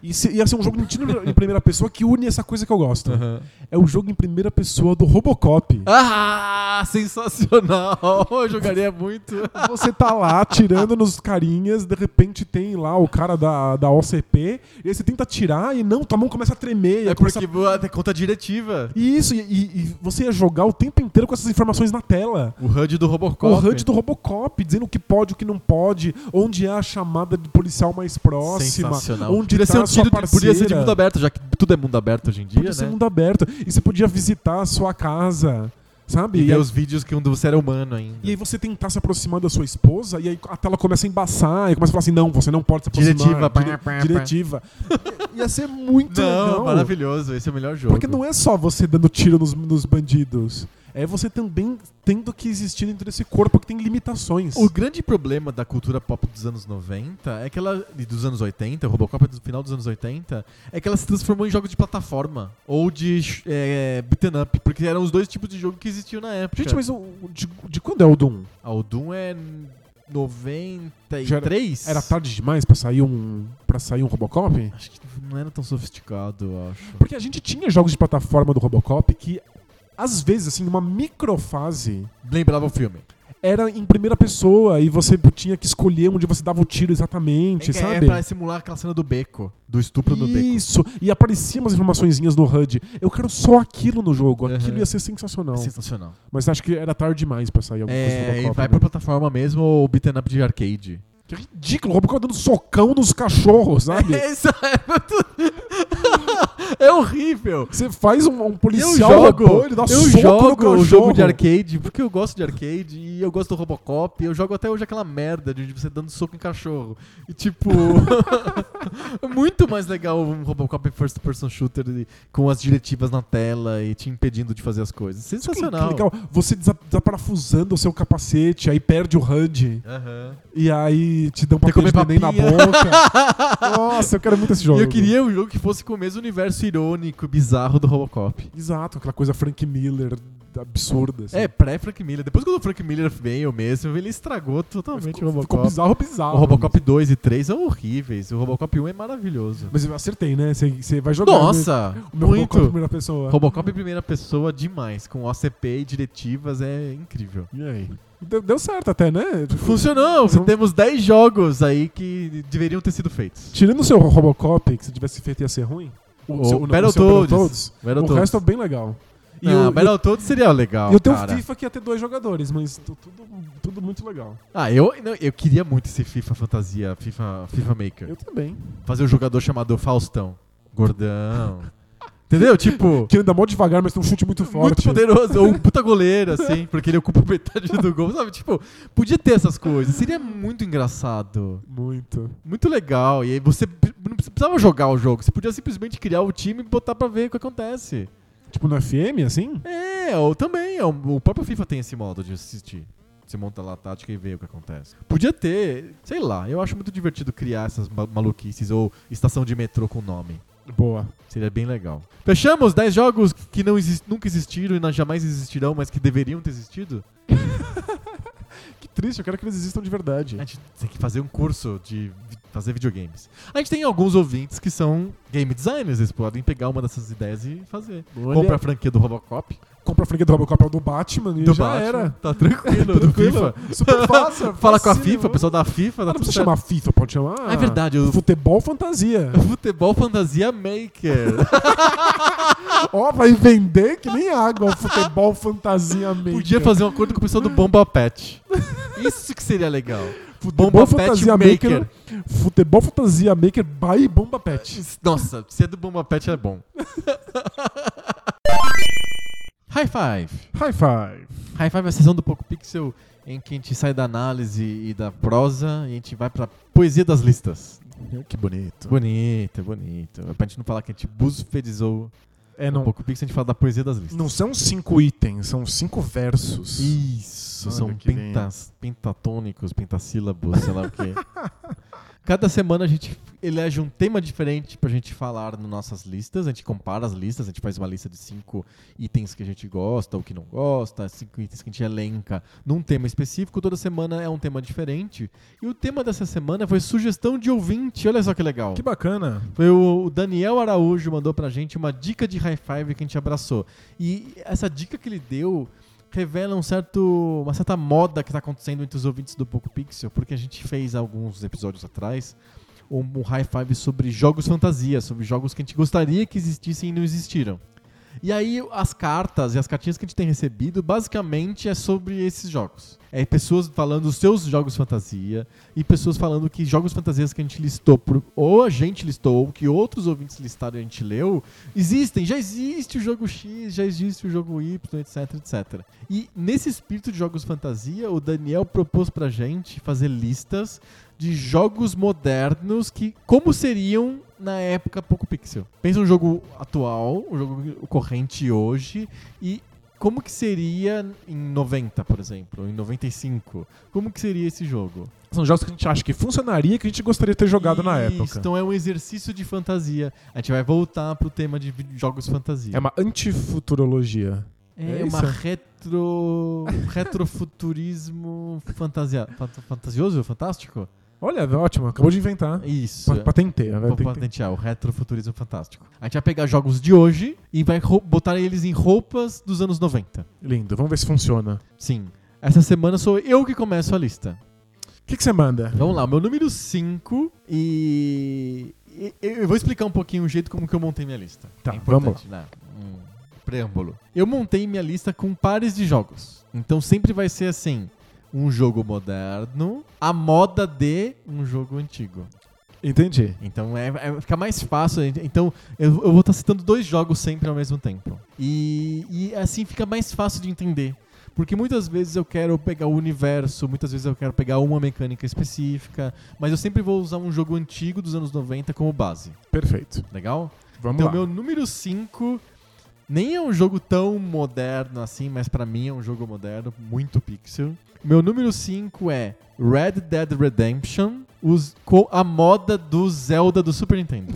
E se- ia ser um jogo de tiro em primeira pessoa que une essa coisa que eu gosto. Aham. É o jogo em primeira pessoa do Robocop. Ah, sensacional! Eu jogaria muito. Você tá lá atirando nos carinhas, de repente tem lá o cara da, da OCP, e aí você tenta atirar e não, tua mão começa a tremer. e É aí começa porque a... é conta diretiva. E Isso, e, e- e você ia jogar o tempo inteiro com essas informações na tela. O HUD do Robocop. O HUD do Robocop, dizendo o que pode, o que não pode, onde é a chamada de policial mais próxima, Sensacional. onde podia tá ser um a sua tiro de, podia ser de parceira. mundo aberto, já que tudo é mundo aberto hoje em dia, Podia ser né? mundo aberto. E você podia visitar a sua casa, sabe? E E ver aí- os vídeos que quando você era humano ainda. E aí você tentar se aproximar da sua esposa, e aí a tela começa a embaçar, e começa a falar assim, não, você não pode se aproximar. Diretiva, pá, dire- pá, pá. diretiva. I- Ia ser muito Não, legal. maravilhoso. Esse é o melhor jogo. Porque não é só você dando tiro nos, nos bandidos. É você também tendo que existir dentro desse corpo que tem limitações. O grande problema da cultura pop dos anos 90 é que ela. e dos anos 80, o Robocop é do final dos anos 80, é que ela se transformou em jogos de plataforma. Ou de sh- é, beaten up, porque eram os dois tipos de jogo que existiam na época. Gente, mas o- o- de, de quando é o Doom? Ah, o Doom é. n- 93? Já Era tarde demais pra sair um pra sair um Robocop? Acho que não era tão sofisticado, eu acho. Porque a gente tinha jogos de plataforma do Robocop que às vezes assim, uma microfase Lembrava o filme. era em primeira pessoa e você tinha que escolher onde você dava o tiro exatamente, É, que é sabe? pra simular aquela cena do beco. Do estupro no beco. Isso, e apareciam umas informaçõezinhas no HUD. Eu quero só aquilo no jogo, aquilo Uhum. ia ser sensacional. É sensacional. Mas acho que era tarde demais pra sair alguma coisa do É, e Robocop. vai né? pra plataforma mesmo ou beaten up de arcade. Que ridículo, o Robocop dando socão nos cachorros, sabe? É, isso é- é horrível. Você faz um, um Eu policial robô, jogo, ele dá eu soco no jogo o cachorro. jogo de arcade porque eu gosto de arcade e eu gosto do Robocop. Eu jogo até hoje aquela merda de você dando soco em cachorro. E tipo, é muito mais legal um Robocop first person shooter e- com as diretivas na tela e te impedindo de fazer as coisas. Sensacional. Que legal. Você desa- desaparafusando o seu capacete, aí perde o HUD, Aham. e aí te dá um Tem que papel de neném comer na papinha. boca. Nossa, eu quero muito esse jogo. E eu queria um jogo que fosse com o mesmo universo irônico, bizarro do Robocop. Exato, aquela coisa Frank Miller absurda. assim. É, pré-Frank Miller. Depois quando o Frank Miller veio mesmo, ele estragou totalmente ficou, o Robocop. ficou bizarro, bizarro. O Robocop 2 e 3 são horríveis. O Robocop 1 é maravilhoso. Mas eu acertei, né? Você- Você vai jogar. né? Nossa, O meu muito. Robocop em primeira pessoa. Robocop em primeira pessoa demais, com OCP e diretivas, é incrível. E aí? Deu, deu certo até, né? Funcionou! São- Temos 10 jogos aí que deveriam ter sido feitos. Tirando o seu Robocop, que se tivesse feito ia ser ruim. O seu- Battletoads. seu Battletoads, Battletoads. O resto é bem legal. E E ah, o- o Battletoads seria legal, E eu tenho cara. FIFA que ia ter dois jogadores, mas tu- tudo, tudo muito legal. Ah, eu, não, eu queria muito esse FIFA fantasia, FIFA, FIFA Maker. Eu também. Fazer um jogador chamado Faustão. Gordão. Entendeu? Tipo... Que anda mó devagar, mas tem um chute muito Muito forte. poderoso, ou um puta goleiro, assim, porque ele ocupa metade do gol, sabe? Tipo, podia ter essas coisas, seria muito engraçado, Muito. muito legal. E aí você p- não precisava jogar o jogo, você podia simplesmente criar o time e botar pra ver o que acontece. Tipo no FM, assim? É, ou também, é, o o próprio FIFA tem esse modo de assistir. Você monta lá a tática e vê o que acontece. Podia ter, sei lá, eu acho muito divertido criar essas ma- maluquices ou estação de metrô com nome. Boa. Seria bem legal. Fechamos 10 jogos que não exis- nunca existiram e não- jamais existirão, mas que deveriam ter existido. Que triste, eu quero que eles existam de verdade. A gente tem que fazer um curso de vi- fazer videogames. A gente tem alguns ouvintes que são game designers, eles podem pegar uma dessas ideias e fazer. Olha. Compra a franquia do Robocop. Compra a franquia do Robocop é o do Batman e do já Batman, era. Tá tranquilo, do Tranquilo. FIFA. Super fácil. Fala com a facinho. FIFA, o pessoal da FIFA. Ah, dá não tudo precisa certo. chamar FIFA, pode chamar. Ah, é verdade, o Futebol fantasia. Futebol Fantasia Maker. Ó, vai vender que nem água. o Futebol fantasia mesmo. Podia fazer um acordo com o pessoal do Bomba Pet. Isso que seria legal. Futebol Bomba Pet Fantasia Maker. Maker. Futebol Fantasia Maker by Bomba Pet. Nossa, se é do Bomba Pet é bom. High Five. High five. High Five é a sessão do Poco Pixel em que a gente sai da análise e da prosa e a gente vai pra poesia das listas. Que bonito. Bonito, bonito. É pra gente não falar que a gente busfedizou É, o não, Poco Pixel, a gente fala da poesia das listas. não são cinco itens, são cinco versos. Isso, Olha são que bem. pentas, pentatônicos, pentassílabos, sei lá o quê. Cada semana a gente elege um tema diferente pra gente falar nas nossas listas. A gente compara as listas, a gente faz uma lista de cinco itens que a gente gosta ou que não gosta, cinco itens que a gente elenca num tema específico. Toda semana é um tema diferente. E o tema dessa semana foi sugestão de ouvinte. Olha só que legal. Que bacana. Foi o o Daniel Araújo mandou pra gente uma dica de high five que a gente abraçou. E essa dica que ele deu revela um certo, uma certa moda que tá acontecendo entre os ouvintes do Poco Pixel, porque a gente fez alguns episódios atrás um, um high five sobre jogos fantasia, sobre jogos que a gente gostaria que existissem e não existiram. E aí as cartas e as cartinhas que a gente tem recebido basicamente é sobre esses jogos. É pessoas falando os seus jogos fantasia e pessoas falando que jogos fantasias que a gente listou, por- ou a gente listou, ou que outros ouvintes listaram e a gente leu, existem, já existe o jogo X, já existe o jogo Y, etc, etc. E nesse espírito de jogos fantasia, o Daniel propôs pra gente fazer listas de jogos modernos que como seriam na época pouco pixel. Pensa um jogo atual, um jogo corrente hoje e como que seria em 90, por exemplo, ou em 95? Como que seria esse jogo? São jogos que a gente acha que funcionaria e que a gente gostaria de ter jogado na Isso, época. Então é um exercício de fantasia. A gente vai voltar pro tema de vi- jogos fantasia. É uma antifuturologia. É é uma isso? retro um retrofuturismo fantasia, fant- fantasioso, fantástico? Olha, é ótimo, acabou de inventar. né? Isso. Pa- Patenteia, vai Vou ter que- patentear o retrofuturismo fantástico. A gente vai pegar jogos de hoje e vai rou- botar eles em roupas dos anos 90. Lindo, vamos ver se funciona. Sim. Essa semana sou eu que começo a lista. O que que você manda? Vamos lá, meu número 5 e... e- Eu vou explicar um pouquinho o jeito como que eu montei minha lista. Tá, importante, né? Um preâmbulo. Eu montei minha lista com pares de jogos. Então sempre vai ser assim, um jogo moderno, a moda de um jogo antigo. Entendi. Então é, é- fica mais fácil. ent- Então eu, eu vou estar citando dois jogos sempre ao mesmo tempo. E, e assim fica mais fácil de entender. Porque muitas vezes eu quero pegar o universo, muitas vezes eu quero pegar uma mecânica específica, mas eu sempre vou usar um jogo antigo dos anos 90 como base. Perfeito. Legal? Vamos então, lá. meu número 5 nem é um jogo tão moderno assim, mas pra mim é um jogo moderno, muito pixel. Meu número 5 é Red Dead Redemption, os- co- a moda do Zelda do Super Nintendo.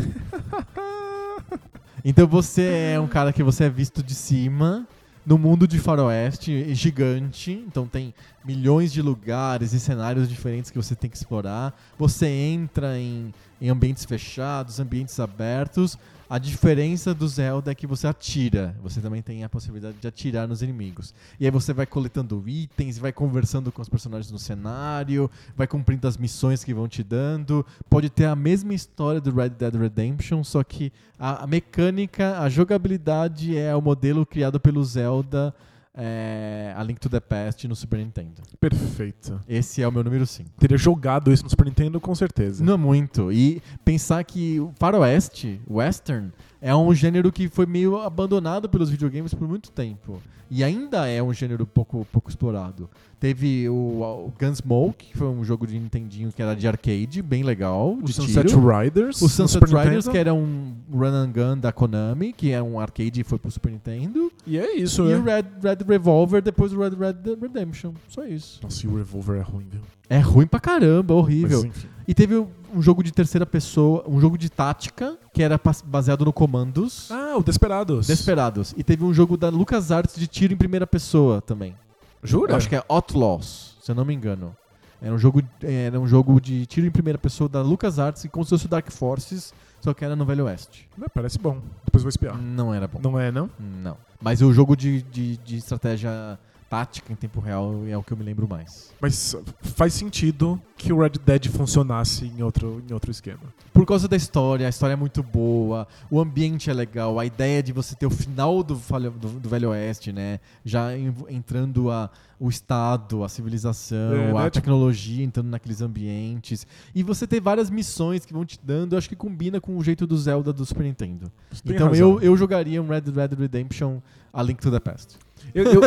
então você é um cara que você é visto de cima no mundo de faroeste é gigante, então tem milhões de lugares e cenários diferentes que você tem que explorar. Você entra em, em ambientes fechados, ambientes abertos. A diferença do Zelda é que você atira. Você também tem a possibilidade de atirar nos inimigos. E aí você vai coletando itens, vai conversando com os personagens no cenário, vai cumprindo as missões que vão te dando. Pode ter a mesma história do Red Dead Redemption, só que a, a mecânica, a jogabilidade é o modelo criado pelo Zelda é, A Link to the Past no Super Nintendo. Perfeito. Esse é o meu número 5. Teria jogado isso no Super Nintendo, com certeza. Não é muito. E pensar que o faroeste, western, é um gênero que foi meio abandonado pelos videogames por muito tempo. E ainda é um gênero pouco, pouco explorado. Teve o, o Gunsmoke, que foi um jogo de Nintendinho que era de arcade, bem legal. O de Sunset tiro. Riders. é no O Sunset Super Riders, Nintendo. que era um run and gun da Konami, que é um arcade e foi pro Super Nintendo. E é isso, e né? o Red, Red Revolver, depois o Red Red Redemption. Só isso. Nossa, e o Revolver é ruim, viu? É ruim pra caramba, horrível. Mas, enfim. E teve um jogo de terceira pessoa, um jogo de tática, que era pas- baseado no comandos. Ah, o Desperados. Desperados. E teve um jogo da LucasArts de tiro em primeira pessoa também. Jura? Eu acho que é Outlaws, se eu não me engano. Era um jogo, era um jogo de tiro em primeira pessoa da LucasArts e como se fosse o Dark Forces, só que era no Velho Oeste. Mas Parece bom. Depois eu vou espiar. Não era bom. Tá. Hum. Não é, não? Não. Mas o jogo de, de, de estratégia tática em tempo real é o que eu me lembro mais. Mas faz sentido que o Red Dead funcionasse em outro, em outro esquema. Por causa da história, a história é muito boa, o ambiente é legal, a ideia de você ter o final do, falha- do- do Velho Oeste, né? Já en- entrando a, o Estado, a civilização, É, a né? tecnologia entrando naqueles ambientes. E você ter várias missões que vão te dando, eu acho que combina com o jeito do Zelda do Super Nintendo. Você tem Então razão. eu, eu jogaria um Red Dead Redemption A Link to the Past. Eu, eu,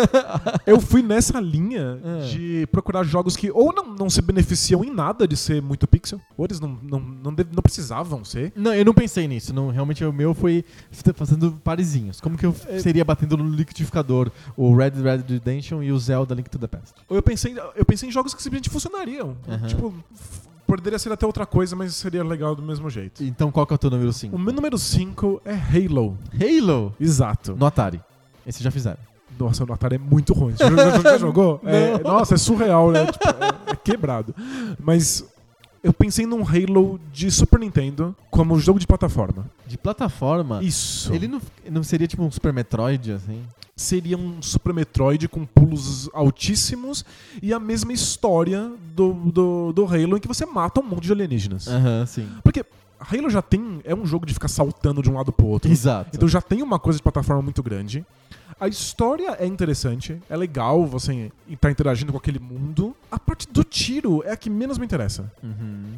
eu fui nessa linha É. de procurar jogos que ou não, não se beneficiam em nada de ser muito pixel, ou eles não, não, não, deve- não precisavam ser. Não, eu não pensei nisso. Não, realmente o meu foi f- fazendo parezinhos. Como que eu f- seria batendo no liquidificador o Red Dead Redemption e o Zelda Link to the Past? Ou eu pensei, eu pensei em jogos que simplesmente funcionariam. Aham. Tipo, f- poderia ser até outra coisa, mas seria legal do mesmo jeito. Então qual que é o teu número 5? O meu número 5 é Halo. Halo! Exato. No Atari. Esse já fizeram. Nossa, o Atari é muito ruim. Você já, já- já jogou? É, Não. nossa, é surreal, né? Tipo, é, é quebrado. Mas eu pensei num Halo de Super Nintendo como jogo de plataforma. De plataforma, Isso. Ah. ele não, não seria tipo um Super Metroid, assim? seria um Super Metroid com pulos altíssimos e a mesma história do, do, do Halo em que você mata um monte de alienígenas. Aham, sim. Porque Halo já tem. É um jogo de ficar saltando de um lado pro outro. Exato. Então já tem uma coisa de plataforma muito grande. A história é interessante, é legal você estar interagindo com aquele mundo. A parte do tiro é a que menos me interessa. Uhum.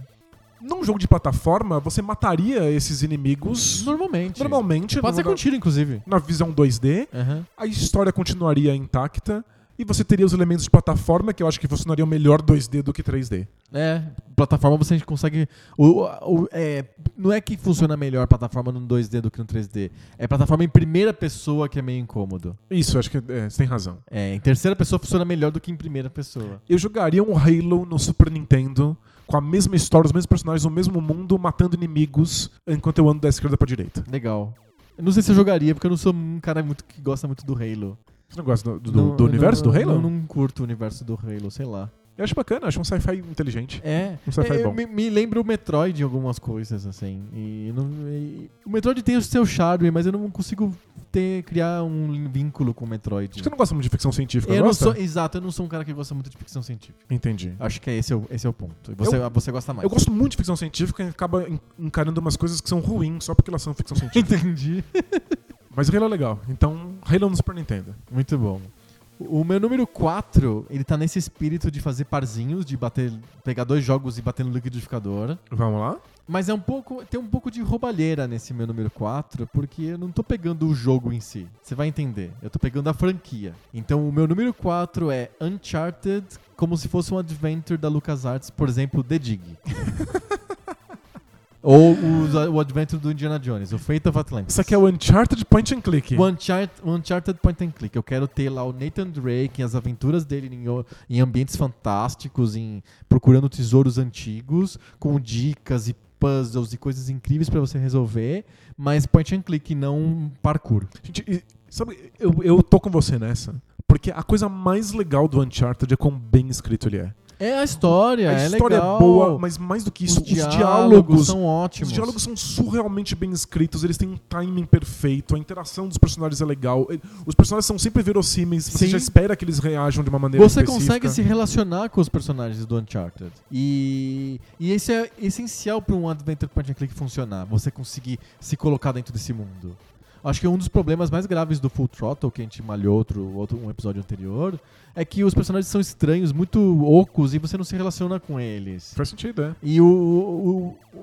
Num jogo de plataforma, você mataria esses inimigos Normalmente. normalmente, Pode ser numa- com tiro, inclusive. na visão 2D Aham. a história continuaria intacta e você teria os elementos de plataforma que eu acho que funcionariam melhor 2D do que 3D. É, plataforma você consegue. O, o- é, não é que funciona melhor a plataforma no 2D do que no 3D. É plataforma em primeira pessoa que é meio incômodo. Isso, acho que é, você tem razão. É, em terceira pessoa funciona melhor do que em primeira pessoa. Eu jogaria um Halo no Super Nintendo com a mesma história, os mesmos personagens, o mesmo mundo, matando inimigos enquanto eu ando da esquerda pra direita. Legal. Eu não sei se eu jogaria, porque eu não sou um cara muito que gosta muito do Halo. Você não gosta do, do- Não- do eu universo não- do Halo? Eu não curto o universo do Halo, sei lá. Eu acho bacana, acho um sci-fi inteligente. É. Um sci-fi é, bom. Me, me lembra o Metroid em algumas coisas, assim. E não- e- o Metroid tem o seu charme, mas eu não consigo ter, criar um vínculo com o Metroid. Acho que você não gosta muito de ficção científica, Eu não gosta? sou, exato, eu não sou um cara que gosta muito de ficção científica. Entendi. Acho que é esse, é o- esse é o ponto. Você, você gosta mais. Eu gosto muito de ficção científica e acaba en- encarando umas coisas que são ruins só porque elas são ficção científica. Entendi. Mas Halo é legal. Então, Halo no Super Nintendo. Muito bom. O meu número 4, ele tá nesse espírito de fazer parzinhos, de bater, pegar dois jogos e bater no liquidificador. Vamos lá? Mas é um pouco, tem um pouco de roubalheira nesse meu número 4, porque eu não tô pegando o jogo em si. Você vai entender. Eu tô pegando a franquia. Então o meu número 4 é Uncharted, como se fosse um adventure da LucasArts, por exemplo, The Dig. Ou o, o adventure do Indiana Jones, o Fate of Atlantis. Isso aqui é o Uncharted Point and Click. O Uncharted, o Uncharted Point and Click. Eu quero ter lá o Nathan Drake e as aventuras dele em, o- em ambientes fantásticos, em procurando tesouros antigos, com dicas e puzzles e coisas incríveis pra você resolver, mas point and click, não um parkour. Gente, e- sabe, eu, eu tô com você nessa. Porque a coisa mais legal do Uncharted é quão bem escrito ele é. É a história, a é história legal. é boa, mas mais do que isso, os, diálogos são ótimos. os diálogos são surrealmente bem escritos, eles têm um timing perfeito, a interação dos personagens é legal. e- Os personagens são sempre verossímeis, você Sim. já espera que eles reajam de uma maneira Você específica. consegue se relacionar com os personagens do Uncharted. E, e isso é essencial para um Adventure Point and Click funcionar. Você conseguir se colocar dentro desse mundo. Acho que um dos problemas mais graves do Full Throttle, que a gente malhou outro, outro, um episódio anterior, é que os personagens são estranhos, muito ocos, e você não se relaciona com eles. Faz sentido, é. E o,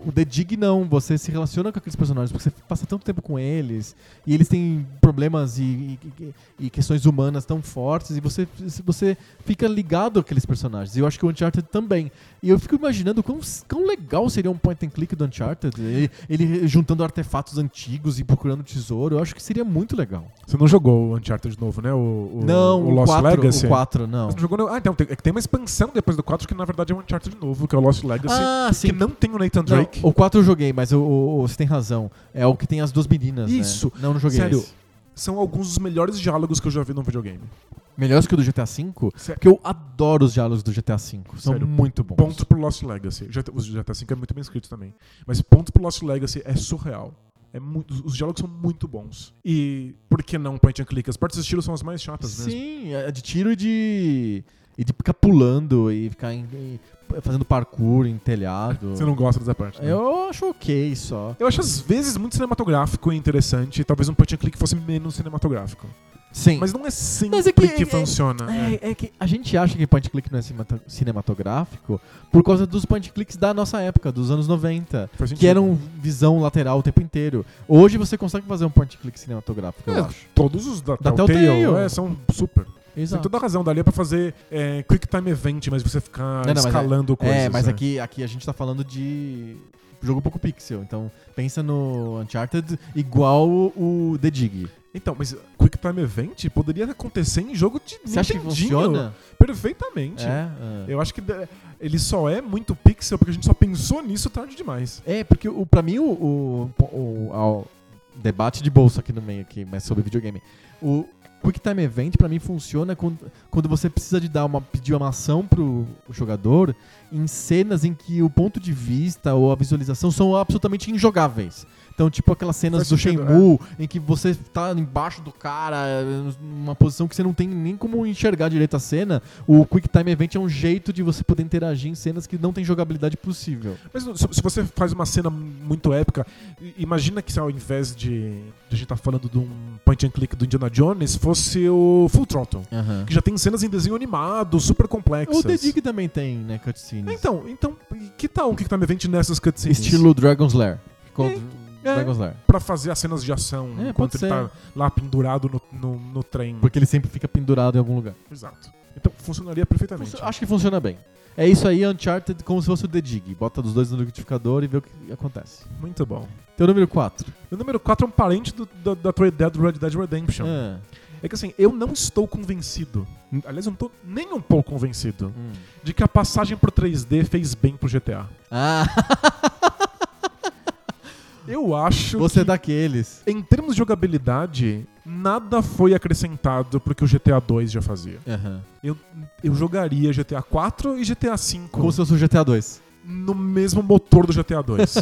o, o The Dig não, você se relaciona com aqueles personagens, porque você passa tanto tempo com eles, e eles têm problemas e, e, e questões humanas tão fortes, e você, você fica ligado àqueles personagens. E eu acho que o Uncharted também. E eu fico imaginando quão, quão legal seria um point and click do Uncharted, ele, ele juntando artefatos antigos e procurando tesouro, eu acho que seria muito legal. Você não jogou o Uncharted de novo, né? O, o, não, o Lost Legacy? o 4 não. Você não jogou, não? Ah, então, tem, é que tem uma expansão depois do 4 que na verdade é um Uncharted de novo, que é o Lost Legacy. Ah, que sim. não tem o Nathan Não, Drake. o 4 eu joguei, mas o, o- o- você tem razão. É o que tem as duas meninas. né? Isso. Não, não joguei Sério. esse. São alguns dos melhores diálogos que eu já vi num videogame. é Melhores que o do GTA V? Sério. Porque eu adoro os diálogos do GTA V. São Sério, muito bons. tá, Ponto pro Lost Legacy. Já, os GTA V é muito bem escrito também. Mas ponto pro Lost Legacy é surreal. É muito- os diálogos são muito bons. E por que não point and click? As partes do estilo são as mais chatas mesmo. Sim, é de tiro e de. E de ficar pulando e ficar em- em- fazendo parkour em telhado. Você não gosta dessa parte. né? Eu acho ok só. Eu acho às vezes muito cinematográfico e interessante. e Talvez um point and click fosse menos cinematográfico. Sim. Mas não é sempre Mas é que- que, é- é- funciona. É. É, é que a gente acha que point and click não é cinemata- cinematográfico por causa dos point and clicks da nossa época, dos anos 90, Faz sentido. que eram visão lateral o tempo inteiro. Hoje você consegue fazer um point and click cinematográfico, eu É, acho. Todos os da, Da Telltale, Telltale. é, são super. Tem Exato. toda a razão. Dali é pra fazer é, quick time event, mas você ficar Não, não, mas é- escalando coisas. É, mas né? aqui, aqui a gente tá falando de jogo pouco pixel, então pensa no Uncharted igual o The Dig. Então, mas quick time event poderia acontecer em jogo de Você acha que Nintendinho funciona? Perfeitamente. É, é. Eu acho que de- ele só é muito pixel porque a gente só pensou nisso tarde demais. É, porque o, pra mim o, o, o- a- o debate de bolsa aqui no meio, aqui, mas sobre videogame. O Quick Time Event pra mim funciona quando, quando você precisa de dar uma, pedir uma ação pro jogador em cenas em que o ponto de vista ou a visualização são absolutamente injogáveis. Então, tipo aquelas cenas Faz do sentido, né? Shenmue, em que você tá embaixo do cara, numa posição que você não tem nem como enxergar direito a cena, o Quick Time Event é um jeito de você poder interagir em cenas que não tem jogabilidade possível. Mas se, se você faz uma cena muito épica, i- imagina que se ao invés de, de a gente tá falando de um point and click do Indiana Jones, fosse o Full Throttle, que já tem cenas em desenho animado, super complexas. O The Dig também tem, né, cutscenes. Então, então, e que tal o que tá me vendo nessas cutscenes? Estilo Dragon's Lair. Co- é. Dragon's Lair. Pra fazer as cenas de ação É, pode enquanto ser. ele tá lá pendurado no, no, no trem. Porque ele sempre fica pendurado em algum lugar. Exato. Então funcionaria perfeitamente. Funcio- Acho que funciona bem. É isso aí, Uncharted, como se fosse o The Dig. Bota os dois no liquidificador e vê o que acontece. Muito bom. Teu número 4. O número 4 é um parente do- da, da tua ideia do Red Dead Redemption. Ah. É que assim, eu não estou convencido. Aliás, eu não tô nem um pouco convencido Hum. de que a passagem pro 3D fez bem pro GTA. Ah, Eu acho você é que, daqueles. em termos de jogabilidade, nada foi acrescentado pro que o GTA 2 já fazia. Aham. Eu, eu jogaria GTA 4 e GTA 5 Como se fosse o GTA 2. no mesmo motor do GTA 2.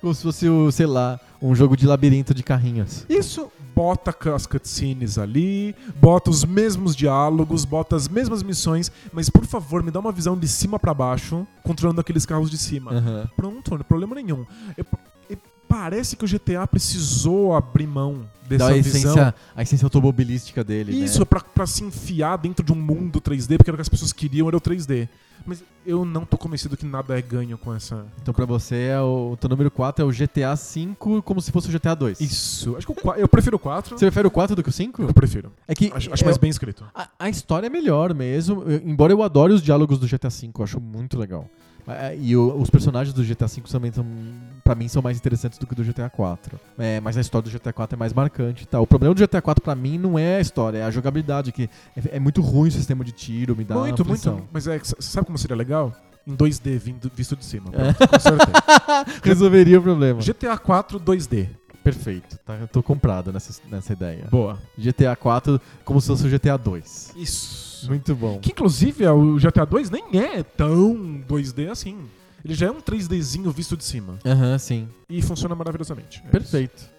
Como se fosse, o, sei lá, um jogo de labirinto de carrinhos. Isso bota cu- as cutscenes ali, bota os mesmos diálogos, bota as mesmas missões, mas por favor, me dá uma visão de cima pra baixo, controlando aqueles carros de cima. Aham. Pronto, não é problema nenhum. Eu- eu- parece que o GTA precisou abrir mão dessa Dá Então, a visão. essência, a essência automobilística dele, né? Isso, pra, pra se enfiar dentro de um mundo 3D, porque era o que as pessoas queriam, era o 3D. Mas eu não tô convencido que nada é ganho com essa. Então pra você, é o, o teu número 4 é o GTA V como se fosse o GTA 2. Isso. Acho que o qua- eu prefiro o 4. Você prefere o 4 do que o 5? Eu prefiro. É que Acho, acho mais eu- bem escrito. a, a história é melhor mesmo, eu- embora eu adore os diálogos do GTA V, eu acho muito legal. Ah, E o- os personagens do GTA V também são, pra mim, são mais interessantes do que do GTA IV. É, mas a história do GTA IV é mais marcante e tal. O problema do GTA IV pra mim não é a história, é a jogabilidade, que é, é muito ruim o sistema de tiro, me dá muito, aflição. muito. Mas é, s- sabe como seria legal? Em 2D, vindo, visto de cima. É. Pronto, consertei. Resolveria o problema. GTA 4 2D. Perfeito, tá? Eu tô comprado nessa, nessa ideia. Boa. GTA IV como se fosse o GTA 2. Isso. Muito bom. Que inclusive é, o GTA 2 nem é tão 2D assim. Ele já é um 3Dzinho visto de cima. Aham, sim. E funciona maravilhosamente. É Perfeito. isso.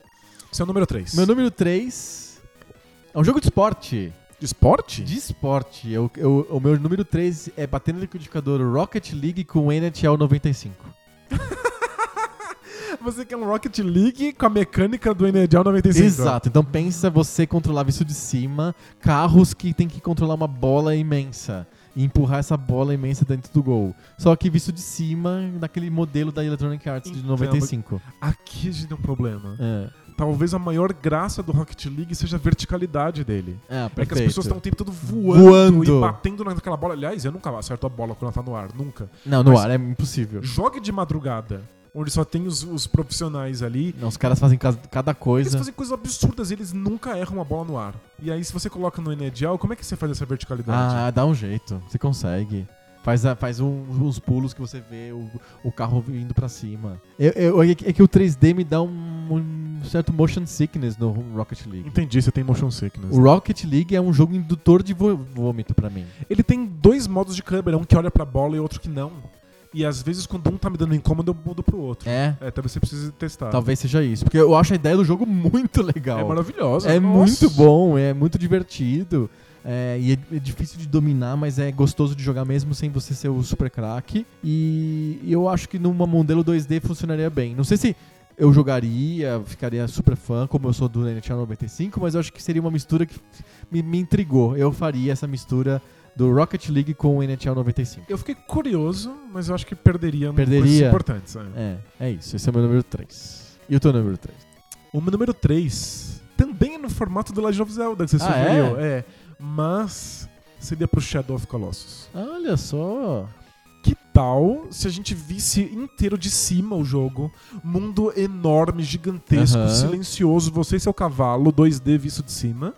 Esse é o número 3. Meu número 3 é um jogo de esporte. De esporte? De esporte. Eu- eu- o meu número 3 é bater no liquidificador Rocket League com NHL 95. Você quer um Rocket League com a mecânica do NHL 95. Exato. Então pensa você controlar isso de cima, carros que tem que controlar uma bola imensa. E empurrar essa bola imensa dentro do gol. Só que visto de cima, naquele modelo da Electronic Arts de Então, 95. Aqui a gente tem um problema. É, Talvez a maior graça do Rocket League seja a verticalidade dele. é, É perfeito. que as pessoas estão o tempo todo voando, Voando. e batendo naquela bola. Aliás, eu nunca acerto a bola quando ela tá no ar, nunca. Não, no Mas- ar é impossível. Jogue de madrugada, onde só tem os, os profissionais ali. Não, os caras fazem ca- cada Eles coisa. fazem coisas absurdas e eles nunca erram a bola no ar. E aí, se você coloca no Enedial, como é que você faz essa verticalidade? Ah, dá um jeito. Você consegue. Faz, a- faz um- uns pulos que você vê o, o carro vindo pra cima. Eu- eu- é, que- é que o 3D me dá um, um certo motion sickness no Rocket League. Entendi, você tem motion sickness. O Rocket League é um jogo indutor de vô- vômito pra mim. Ele tem dois modos de câmera, um que olha pra bola e outro que não. E às vezes, quando um tá me dando incômodo, eu mudo pro outro. É, É, talvez você precise testar. talvez seja isso. Porque eu acho a ideia do jogo muito legal. É maravilhosa. É Nossa. muito bom, é muito divertido. É, e é, é difícil de dominar, mas é gostoso de jogar mesmo sem você ser o super craque. E eu acho que numa modelo 2D funcionaria bem. Não sei se eu jogaria, ficaria super fã, como eu sou do NHL 95, mas eu acho que seria uma mistura que me, me intrigou. Eu faria essa mistura do Rocket League com o NHL 95. Eu fiquei curioso, mas eu acho que perderia, Perderia. coisas importantes. é. É, é isso. Esse é o meu número 3. E o teu número 3? O meu número 3 também é no formato do Legend of Zelda, que você Ah, sugeriu. É? Mas seria pro Shadow of Colossus. Olha só. Que tal se a gente visse inteiro de cima o jogo? Mundo enorme, gigantesco, Aham. silencioso, você e seu cavalo, 2D visto de cima.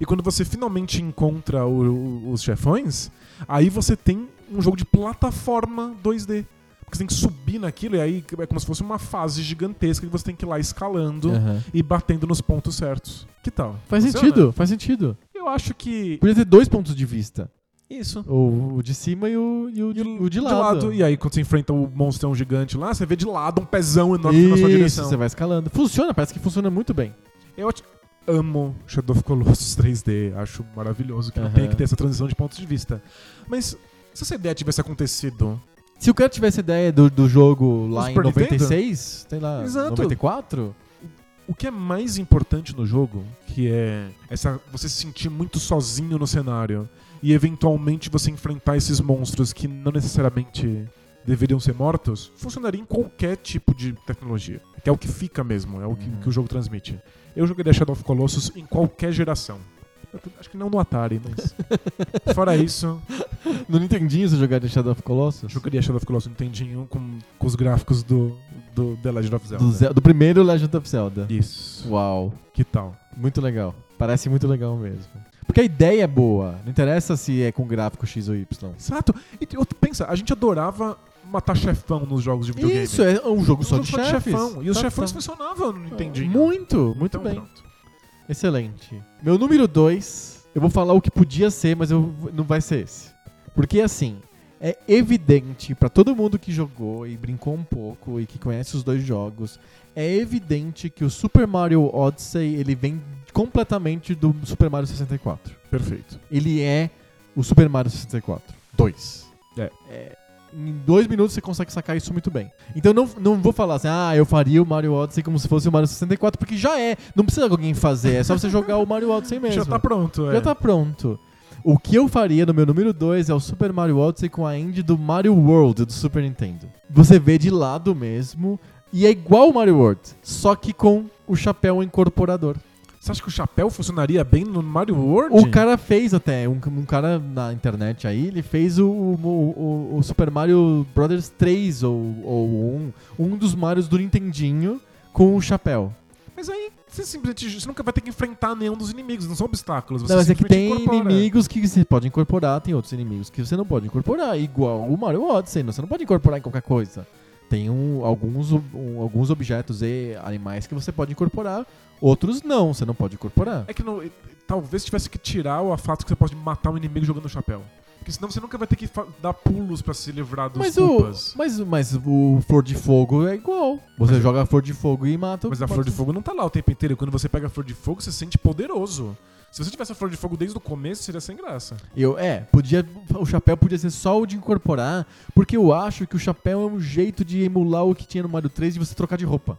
E quando você finalmente encontra o- o- os chefões, aí você tem um jogo de plataforma 2D. Porque você tem que subir naquilo e aí é como se fosse uma fase gigantesca que você tem que ir lá escalando Aham. e batendo nos pontos certos. Que tal? Faz Funciona? sentido, faz sentido. Eu acho que. Podia ter dois pontos de vista. Isso. O, o de cima e o, e o, de, o de lado. E aí, quando você enfrenta o monstrão gigante lá, você vê de lado um pezão enorme na sua Isso, direção. você vai escalando. Funciona, parece que funciona muito bem. Eu te- amo Shadow of Colossus 3D. Acho maravilhoso que não Aham. tem que ter essa transição de pontos de vista. Mas se essa ideia tivesse acontecido... Se o cara tivesse ideia do, do jogo lá em Super Nintendo? 96, sei lá, Exato. 94, O que é mais importante no jogo, que é essa você se sentir muito sozinho no cenário e eventualmente você enfrentar esses monstros que não necessariamente deveriam ser mortos, funcionaria em qualquer tipo de tecnologia. Que é o que fica mesmo, é o que, Uhum. que o jogo transmite. Eu jogaria Shadow of Colossus em qualquer geração. Acho que não no Atari, mas. Fora isso, no Nintendinho você jogaria Shadow of Colossus? jogaria Shadow of Colossus no Nintendinho com, com os gráficos do, do The Legend of Zelda. Do, Ze- do primeiro Legend of Zelda. Isso. Uau, Que tal? muito legal. Parece muito legal mesmo. Porque a ideia é boa, não interessa se é com gráfico X ou Y. Exato. E te- outro- pensa, a gente adorava matar chefão nos jogos de videogame. Isso, é um jogo Um só jogo de só de chefes. chefão. E os Tá- chefões tá- funcionavam no Nintendinho. Muito, muito Então, bem. pronto. Excelente. Meu número 2, eu vou falar o que podia ser, mas eu, não vai ser esse. Porque assim, é evidente pra todo mundo que jogou e brincou um pouco e que conhece os dois jogos, é evidente que o Super Mario Odyssey, ele vem completamente do Super Mario 64. Perfeito. Ele é o Super Mario 64. 2. É. Em dois minutos você consegue sacar isso muito bem. Então não, não vou falar assim, ah, eu faria o Mario Odyssey como se fosse o Mario 64, porque já é. Não precisa de alguém fazer, é só você jogar o Mario Odyssey mesmo. Já tá pronto, é. Já tá pronto. O que eu faria no meu número 2 é o Super Mario Odyssey com a end do Mario World do Super Nintendo. Você vê de lado mesmo e é igual o Mario World, só que com o chapéu incorporador. Você acha que o chapéu funcionaria bem no Mario World? O cara fez até, um, um cara na internet aí, ele fez o, o- o- o Super Mario Brothers 3 ou, ou 1, um dos Marios do Nintendinho com o chapéu. Mas aí você simplesmente você nunca vai ter que enfrentar nenhum dos inimigos, não são obstáculos. Você Não, mas é que simplesmente tem incorpora. inimigos que você pode incorporar, tem outros inimigos que você não pode incorporar, igual o Mario Odyssey, não- você não pode incorporar em qualquer coisa. Tem um- alguns, ob- um- alguns objetos e animais que você pode incorporar, outros não, você não pode incorporar. É que não- talvez tivesse que tirar o fato que você pode matar um inimigo jogando o chapéu. Porque senão você nunca vai ter que fa- dar pulos pra se livrar dos Mas o, culpas. mas, mas o Flor de Fogo é igual. Você joga a Flor de Fogo e mata o- Mas a flor de fogo não tá lá o tempo inteiro. Quando você pega a flor de fogo, você se sente poderoso. Se você tivesse a flor de fogo desde o começo, seria sem graça. Eu, é, podia. O chapéu podia ser só o de incorporar, porque eu acho que o chapéu é um jeito de emular o que tinha no Mario 3 de você trocar de roupa.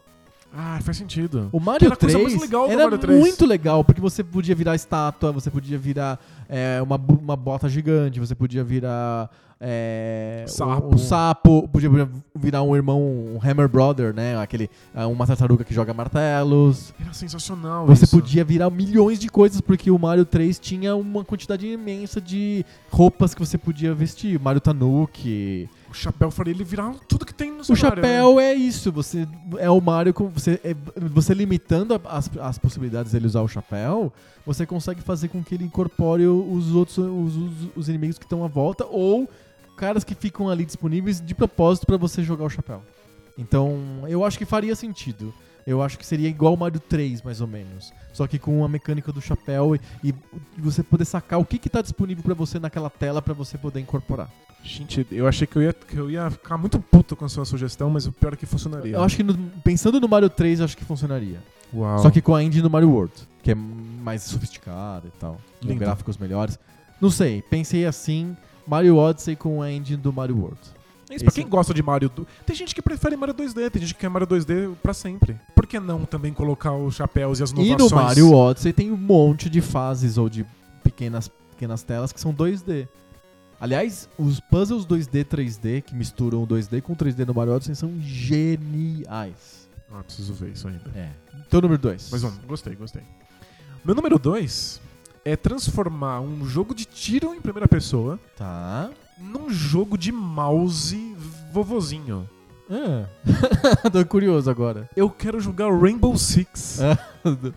Ah, faz sentido. O Mario era a 3 coisa mais legal do era Mario 3. muito legal, porque você podia virar estátua, você podia virar é, uma, bu- uma bota gigante, você podia virar. é, Sapo. Um, um sapo, podia virar um irmão, um Hammer Brother, né? Aquele, ah, uma tartaruga que joga martelos. Era sensacional Você isso. podia virar milhões de coisas, porque o Mario 3 tinha uma quantidade imensa de roupas que você podia vestir. Mario Tanuki. O chapéu faria ele virar tudo que tem no O cenário. né? chapéu é isso. Você é o Mario com. Você, é- você limitando a- as, as possibilidades dele usar o chapéu, você consegue fazer com que ele incorpore os outros os, os- os inimigos que estão à volta ou caras que ficam ali disponíveis de propósito pra você jogar o chapéu. Então, eu acho que faria sentido. Eu acho que seria igual o Mario 3, mais ou menos. Só que com a mecânica do chapéu e, e você poder sacar o que, que tá disponível pra você naquela tela pra você poder incorporar. Gente, eu achei que eu, ia, que eu ia ficar muito puto com a sua sugestão, mas o pior é que funcionaria. Eu acho que no- pensando no Mario 3, eu acho que funcionaria. Uau. Só que com a engine do Mario World, que é mais sofisticada e tal, com Lindo. gráficos melhores. Não sei, pensei assim, Mario Odyssey com a engine do Mario World. Isso, pra Esse- quem gosta de Mario. do- Tem gente que prefere Mario 2D, tem gente que quer Mario 2D pra sempre. Por que não também colocar os chapéus e as E inovações? no Mario Odyssey tem um monte de fases ou de pequenas, pequenas telas que são 2D. Aliás, os puzzles 2D 3D que misturam o 2D com o 3D no Mario Odyssey são geniais. Ah, preciso ver isso ainda. É. Então, número 2. Mas vamos, um, gostei, gostei. Meu número 2 é transformar um jogo de tiro em primeira pessoa Tá. num jogo de mouse vovozinho. Ah. Tô curioso agora. Eu quero jogar Rainbow É. Six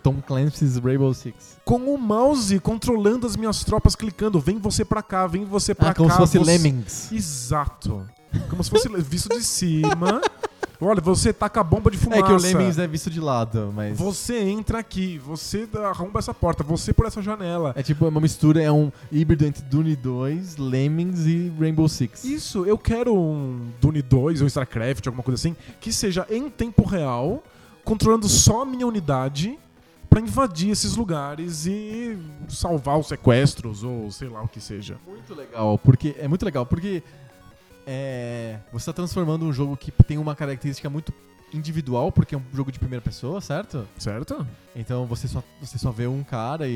Tom Clancy's Rainbow Six. com o mouse controlando as minhas tropas clicando. Vem você pra cá, vem você pra Ah, cá. como se fosse você- Lemmings. Exato. Como se fosse visto de cima. Olha, você taca a bomba de É fumaça. que o Lemmings é visto de lado, mas. Você entra aqui, você arromba essa porta, você por essa janela. É tipo uma mistura, é um híbrido entre Dune 2, Lemmings e Rainbow Six. Isso, eu quero um Dune 2 ou StarCraft, alguma coisa assim, que seja em tempo real, controlando só a minha unidade pra invadir esses lugares e salvar os sequestros ou sei lá o que seja. Muito legal, porque é muito legal, porque é, você tá transformando um jogo que tem uma característica muito individual, porque é um jogo de primeira pessoa, certo? Certo? Então você só, você só vê um cara e,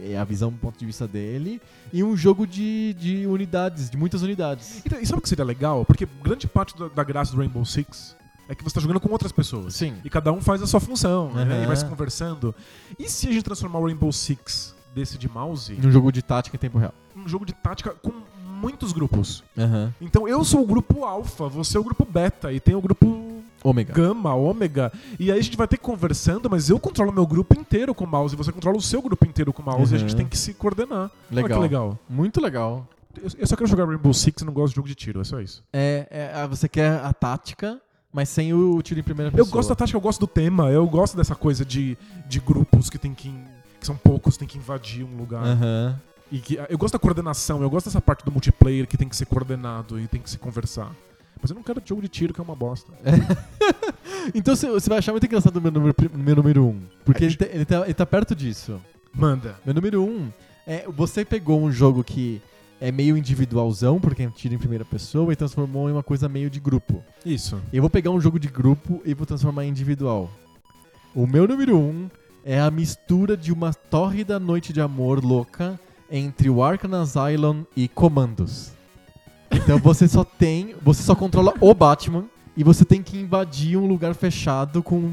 e é a visão do ponto de vista dele, e um jogo de, de unidades, de muitas unidades. Então, e sabe o que seria legal? Porque grande parte da, da graça do Rainbow Six é que você tá jogando com outras pessoas. Sim. E cada um faz a sua função, né? Aham. E vai se conversando. E se a gente transformar o Rainbow Six desse de mouse Um jogo de tática em tempo real. em um jogo de tática com muitos grupos? Aham. Então eu sou o grupo alfa, você é o grupo beta e tem o grupo Ômega. gama, ômega. E aí a gente vai ter que ir conversando, mas eu controlo meu grupo inteiro com o mouse, você controla o seu grupo inteiro com o mouse e a Uhum. gente tem que se coordenar. Olha Legal. que legal. Muito legal. Eu, eu só quero jogar Rainbow Six e não gosto de jogo de tiro, é só isso. É, é, ah, você quer a tática, mas sem o tiro em primeira Eu pessoa. gosto da tática, eu gosto do tema, eu gosto dessa coisa de, de grupos que tem que. in- que são poucos, tem que invadir um lugar. Aham. E que, eu gosto da coordenação, eu gosto dessa parte do multiplayer que tem que ser coordenado e tem que se conversar. Mas eu não quero jogo de tiro que é uma bosta. Então você- você vai achar muito engraçado o meu número, pri- meu número um, porque ele, tá, ele, tá, ele tá perto disso. Manda. Meu número um é você pegou um jogo que é meio individualzão, porque é um tiro em primeira pessoa, e transformou em uma coisa meio de grupo. Isso. Eu vou pegar um jogo de grupo e vou transformar em individual. O meu número um é a mistura de uma torre da noite de amor louca entre o Arkham Asylum e Comandos. Então você só tem, você só controla o Batman e você tem que invadir um lugar fechado com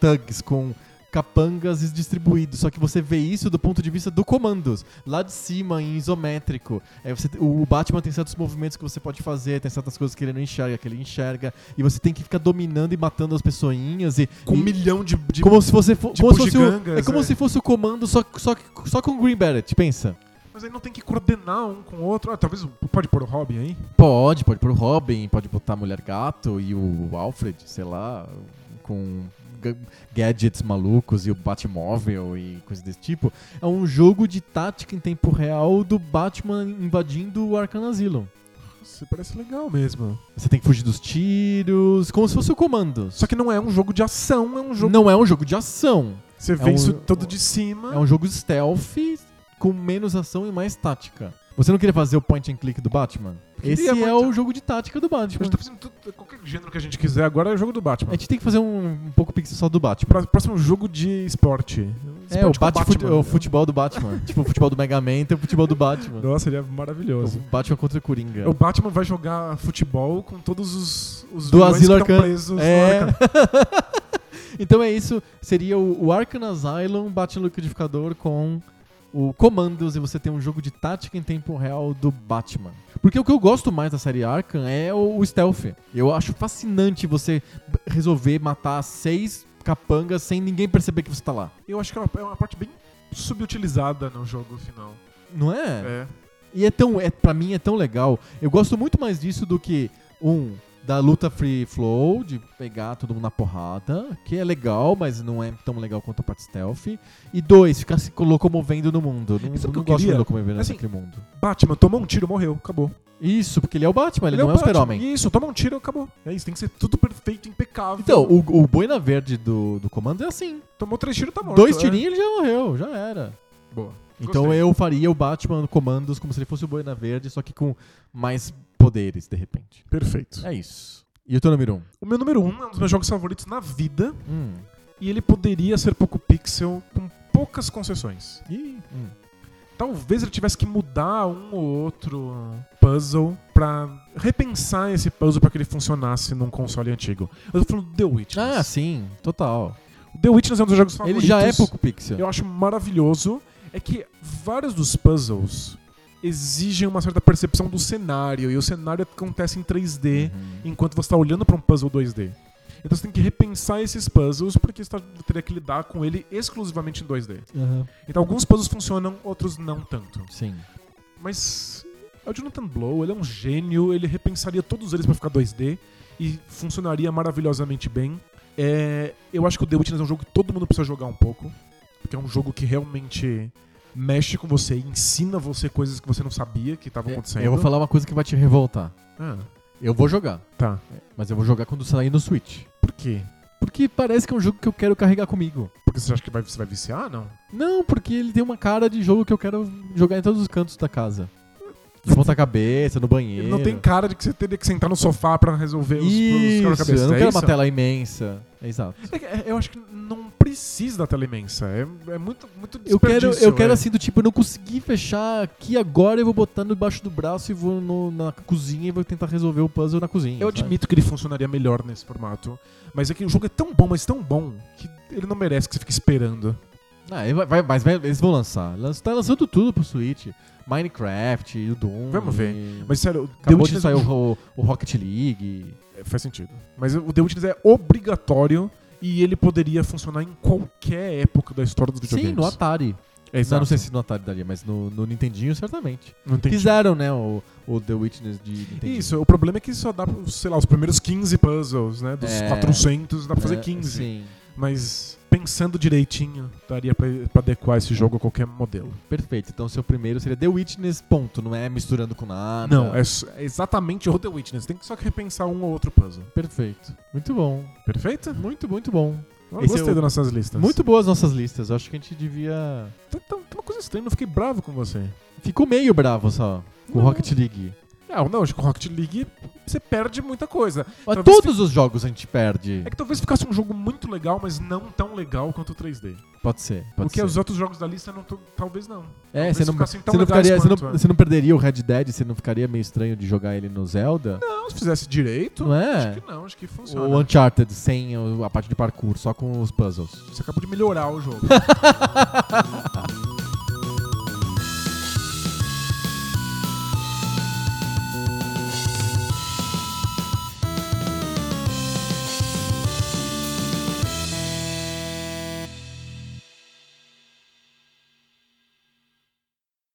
thugs, com capangas distribuídos. Só que você vê isso do ponto de vista do Comandos, lá de cima em isométrico. É, você- o Batman tem certos movimentos que você pode fazer, tem certas coisas que ele não enxerga, que ele enxerga, e você tem que ficar dominando e matando as pessoinhas e Com um e- milhão de. de- como se você fo de como se fosse o, bugigangas, é como é. se fosse o comando só só só com o Green Beret, pensa. Mas aí não tem que coordenar um com o outro. Ah, talvez. Pode pôr o Robin aí? Pode, pode pôr o Robin, pode botar a Mulher Gato e o Alfred, sei lá, com ga- gadgets malucos e o Batmóvel e coisa desse tipo. É um jogo de tática em tempo real do Batman invadindo o Arkham Asylum. Nossa, parece legal mesmo. Você tem que fugir dos tiros, como se fosse o comando. Só que não é um jogo de ação, é um jogo. Não é um jogo de ação. Você vê um- isso todo de cima. É um jogo stealth com menos ação e mais tática. Você não queria fazer o point and click do Batman? Queria Esse é muito. o jogo de tática do A Batman. gente tá fazendo tudo- qualquer gênero que a gente quiser agora é o jogo do Batman. A gente tem que fazer um, um pouco pixel só do Batman. Pra- Próximo jogo de esporte. É, o, Esporte com Bat fute- é o futebol do Batman. tipo, o futebol do Mega Man tem o futebol do Batman. Nossa, seria O maravilhoso. Batman contra o Coringa. O Batman vai jogar futebol com todos os, os Do vilões Asilo que estão Arcan- presos no É. Arcan- então é isso. Seria o, o Arkham Asylum, Batman Liquidificador com o Commandos e você tem um jogo de tática em tempo real do Batman. Porque o que eu gosto mais da série Arkham é o, o stealth. Eu acho fascinante você b- resolver matar seis capangas sem ninguém perceber que você tá lá. Eu acho que é uma, é uma parte bem subutilizada no jogo final. Não é? É. E é tão, é, para mim é tão legal. Eu gosto muito mais disso do que um da luta free flow, de pegar todo mundo na porrada, que é legal, mas não é tão legal quanto a parte stealth. E dois, ficar se locomovendo no mundo. Não, Mas sabe é o que eu não gosto de queria? locomover Assim, naquele mundo. Batman tomou um tiro, morreu, acabou. Isso, porque ele é o Batman, ele, é não é o Batman. super-homem. Isso, toma um tiro, acabou. É isso, tem que ser tudo perfeito, impecável. Então, o, o Boina Verde do, do comando é assim. tomou três tiros, tá morto. Dois é. tirinhos ele já morreu, já era. Boa. Então Gostei. eu faria o Batman Comandos como se ele fosse o Boina Verde, só que com mais poderes, de repente. Perfeito. É isso. E o teu número um? O meu número um é um dos meus jogos favoritos na vida. Hum. E ele poderia ser pouco pixel com poucas concessões. Ih, hum. Talvez ele tivesse que mudar um ou outro puzzle pra repensar esse puzzle pra que ele funcionasse num console antigo. Eu tô falando do The Witness. Ah, sim, total. O The Witness é um dos jogos Ah. Ele favoritos. já é pouco pixel. Eu acho maravilhoso é que vários dos puzzles exigem uma certa percepção do cenário e o cenário acontece em 3D Uhum. enquanto você está olhando para um puzzle 2D. Então você tem que repensar esses puzzles porque você tá- teria que lidar com ele exclusivamente em 2D. Aham, Então alguns puzzles funcionam, outros não tanto. Uhum. Sim. Mas é o Jonathan Blow, ele é um gênio, ele repensaria todos eles pra ficar 2D e funcionaria maravilhosamente bem. É, eu acho que o The Witness é um jogo que todo mundo precisa jogar um pouco, porque é um jogo que realmente mexe com você, ensina você coisas que você não sabia que estavam acontecendo. É, Eu vou falar uma coisa que vai te revoltar. Ah, Eu vou jogar, tá. mas eu vou jogar quando sair no Switch. Por quê? Porque parece que é um jogo que eu quero carregar comigo. Porque você acha que vai, você vai viciar? Não. Não, porque ele tem uma cara de jogo que eu quero jogar em todos os cantos da casa. De ponta cabeça, no banheiro. Ele não tem cara de que você teria que sentar no sofá pra resolver os, os Isso, quebra-cabeça. eu não é quero isso? uma tela imensa. Exato. É que, é, Eu acho que não precisa da tela imensa. É, é muito, muito Eu quero, desperdício, eu quero é. assim, do tipo, eu não consegui fechar aqui agora, eu vou botar debaixo do braço e vou no- na cozinha e vou tentar resolver o puzzle na cozinha. Eu sabe? admito que ele funcionaria melhor nesse formato, mas é que o jogo é tão bom, mas tão bom, que ele não merece que você fique esperando. Ah, ele vai- vai- mas vai- eles vão lançar. Lança- Tá lançando tudo pro Switch. Minecraft, e o Doom. Vamos ver. e- Mas sério, o The Acabou Witness de é sair um o, jogo- o- o Rocket League. É, Faz sentido. Mas o The Witness é obrigatório e ele poderia funcionar em qualquer época da história dos Sim, videogames. no Atari. É, Não, exato. não sei se no Atari daria, mas no, no Nintendinho certamente. Não tem- Fizeram, né, o, o The Witness de Nintendinho. Isso, o problema é que só dá, pra, sei lá, os primeiros 15 puzzles, né? Dos É. 400, dá pra fazer É, 15. Sim, Mas pensando direitinho, daria pra, pra adequar esse jogo a qualquer modelo. perfeito. Então seu primeiro seria The Witness, ponto. Não é misturando com nada. Não, é, s- é exatamente o The Witness. Tem que só que repensar um ou outro puzzle. Perfeito. Muito bom. Perfeito? Muito, muito bom. Eu Esse gostei é o- das nossas listas. Muito boas nossas listas. Eu Acho que a gente devia... Tem, tem- tem uma coisa estranha, não fiquei bravo com você. Ficou meio bravo só com o Não. Rocket League. Não, É, não, acho que o Rocket League você perde muita coisa. Mas Talvez todos os jogos a gente perde. É que talvez ficasse um jogo muito legal, mas não tão legal quanto o 3D. Pode ser. Pode Porque ser. os outros jogos da lista não tô- talvez não. É, talvez você não, ficassem tão você, não legais ficaria, você, não, quanto, é. você não perderia o Red Dead, você não ficaria meio estranho de jogar ele no Zelda? Não, se fizesse direito, Não é? acho que não, acho que funciona. O Uncharted sem o- a parte de parkour, só com os puzzles. Você acabou de melhorar o jogo.